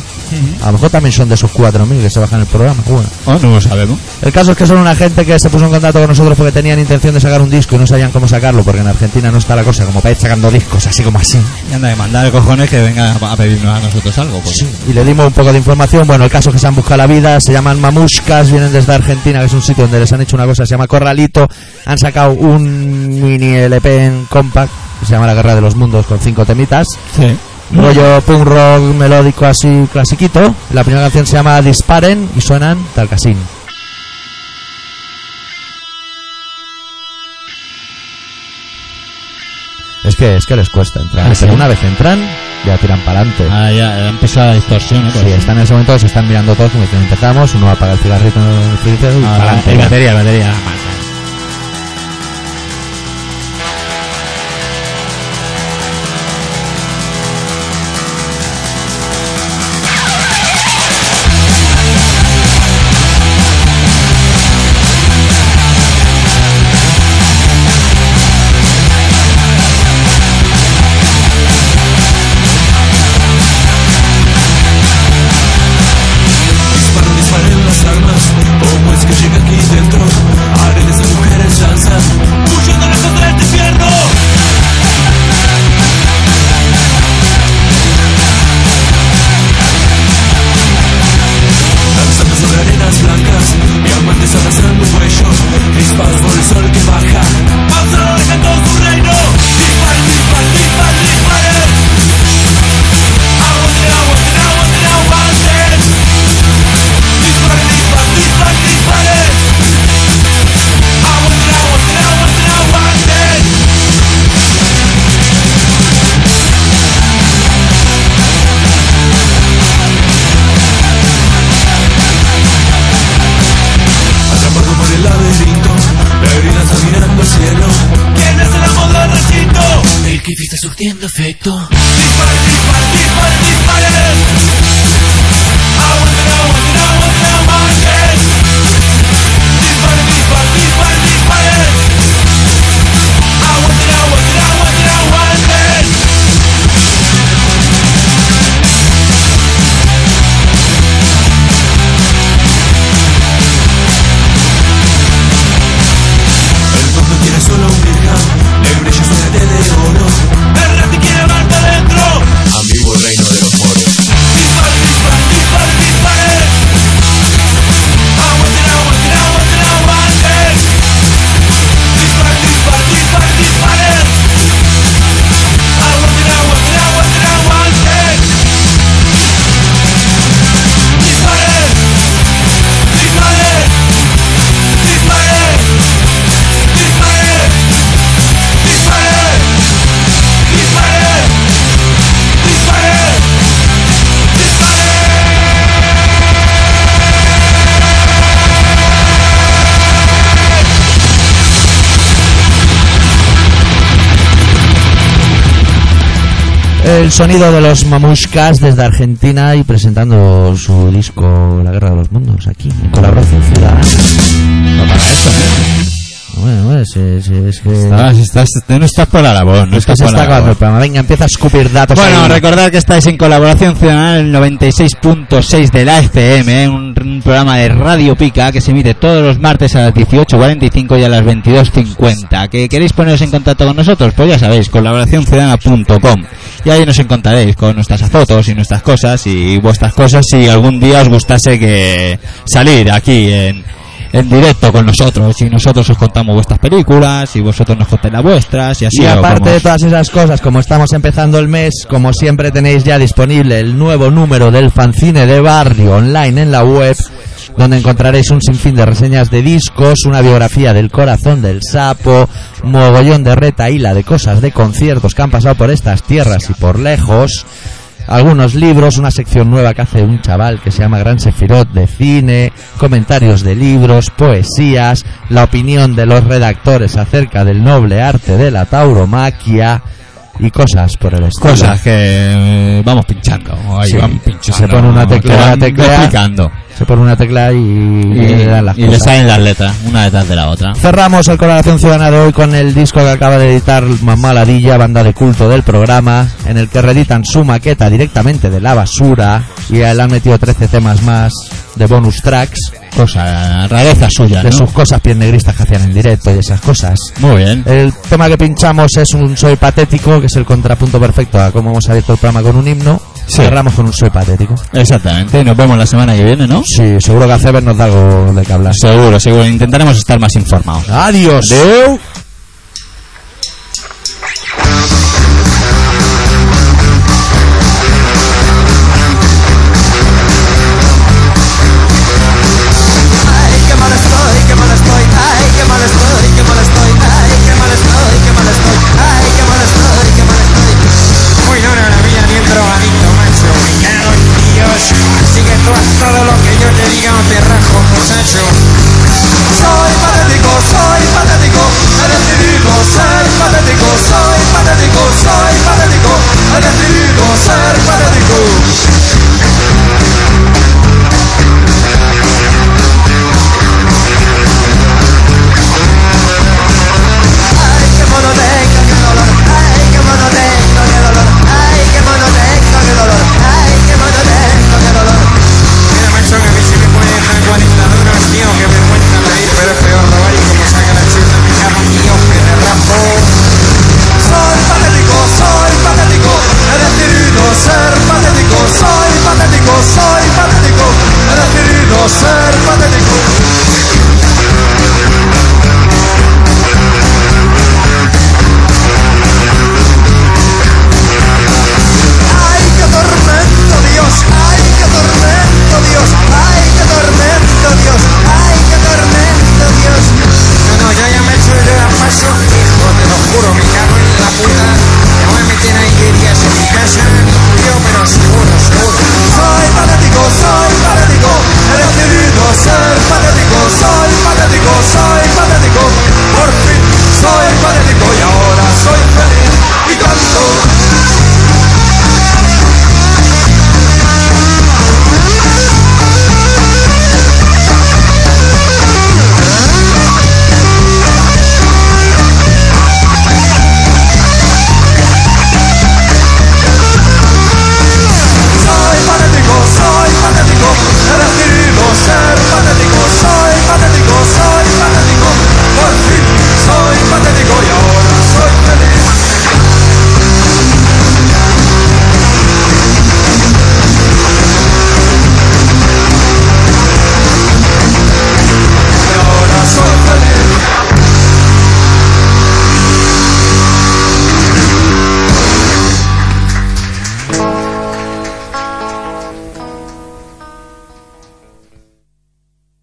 S2: A lo mejor también son de esos 4.000 que se bajan el programa. Bueno,
S1: Oh, no lo sabemos.
S2: el caso es que son una gente que se puso en contacto con nosotros porque tenían intención de sacar un disco y no sabían cómo sacarlo, porque en Argentina no está la cosa como para ir sacando discos así como así.
S1: Y anda, de mandar cojones que venga a a pedirnos a nosotros algo. Pues.
S2: Sí, y le dimos un poco de información. Bueno, el caso es que se han buscado la vida, se llaman mamuscas, vienen desde Argentina, que es un sitio donde les han hecho una cosa, se llama Corralito. Han sacado un mini LP en compact, que se llama La Guerra de los Mundos, con cinco temitas.
S1: Sí.
S2: Rollo punk rock melódico así clasiquito. La primera canción se llama Disparen y suenan Talcasín. Es que, es que les cuesta entrar.
S1: Ah,
S2: Pero
S1: ¿sí?
S2: una vez entran, ya tiran para adelante.
S1: Ah, ya, ha empezado la distorsión, ¿eh? Por eso.
S2: Sí, Pues están en ese momento, se están mirando todos como diciendo empezamos, uno apaga el cigarrito en el frigorífico y
S1: Ah,
S2: pa'lante.
S1: el batería, el batería. la marca.
S4: Disparen
S6: bajo el sol que baja. Barcelona dejando su reino. Dispar, dispar, dispar, disparen. Aguanten, aguanten, aguanten, aguanten. Dispar, dispar, dispar, disparen. Aguanten, aguanten, aguanten, aguanten. Atrapado por el laberinto, lágrimas caminando al cielo. ¿Quién es el amo del recinto? El que te está surtiendo efecto. Disparen, disparen, disparen, disparen. Aguanten, aguanten, aguanten, aguanten. Disparen, disparen, disparen, disparen. Aguanten, aguanten, aguanten, aguanten. El mundo tiene solo un Birkham, el brillo suena de oro. El rati quiere amarte adentro, ambiguo reino de los moros. Dispar, dispar, dispar, dispare. Aguanten, aguanten, aguanten, aguanten. Dispar, dispar, dispar, dispare. Aguanten, aguanten, aguanten, aguanten. Dispare, dispare, dispare. Dispare, dispare, dispare, dispare, dispare.
S2: El sonido de los mamuscas desde Argentina y presentando su disco La Guerra de los Mundos aquí, en colaboración ciudadana.
S1: No para esto,
S2: ¿eh? Bueno, bueno, si- si es que.
S1: Estás, Ah, estás, no estás por la labor, no
S2: es que
S1: estás
S2: se
S1: por
S2: está
S1: la
S2: acabando el
S1: labor.
S2: programa. Venga, empieza a escupir datos.
S1: Bueno,
S2: ahí.
S1: recordad que estáis en colaboración ciudadana en el 96.6 de la FM, ¿eh? un, un programa de Radio Pica que se emite todos los martes a las 18.45 y a las 22.50. ¿Que queréis poneros en contacto con nosotros? Pues ya sabéis, colaboracionciudadana.com. Y ahí nos encontraréis con nuestras fotos y nuestras cosas y vuestras cosas si algún día os gustase que salir aquí en, en directo con nosotros y nosotros os contamos vuestras películas y vosotros nos contáis las vuestras y así
S2: Y
S1: lo
S2: aparte de
S1: vamos.
S2: todas esas cosas, como estamos empezando el mes, como siempre tenéis ya disponible el nuevo número del fanzine de barrio online en la web, donde encontraréis un sinfín de reseñas de discos, una biografía del corazón del sapo, mogollón de retaíla de cosas de conciertos que han pasado por estas tierras y por lejos, algunos libros, una sección nueva que hace un chaval que se llama Gran Sefirot de cine, comentarios de libros, poesías, la opinión de los redactores acerca del noble arte de la tauromaquia y cosas por el estilo.
S1: cosas que eh, vamos pinchando. Ahí
S2: Sí,
S1: van pinchando.
S2: se pone una tecla,
S1: que van
S2: una tecla.
S1: duplicando.
S2: Se pone una tecla y,
S1: Y,
S2: y le dan las
S1: y le
S2: cosas.
S1: salen las letras, una detrás de la otra.
S2: Cerramos el Colaboración Ciudadana de hoy con el disco que acaba de editar Mamá Ladilla, banda de culto del programa, en el que reeditan su maqueta directamente de la basura y le han metido 13 temas más de bonus tracks
S1: Cosa, rareza suya,
S2: de
S1: ¿no?
S2: sus cosas bien negristas que hacían en directo y esas cosas.
S1: Muy bien.
S2: El tema que pinchamos es un Soy Patético, que es el contrapunto perfecto a cómo hemos abierto el programa con un himno.
S1: Sí.
S2: Cerramos con un Soy Patético.
S1: Exactamente. Y nos vemos la semana que viene, ¿no?
S2: Sí, seguro que a Cebes nos da algo de que hablar.
S1: Seguro, seguro. Intentaremos estar más informados.
S2: Adiós.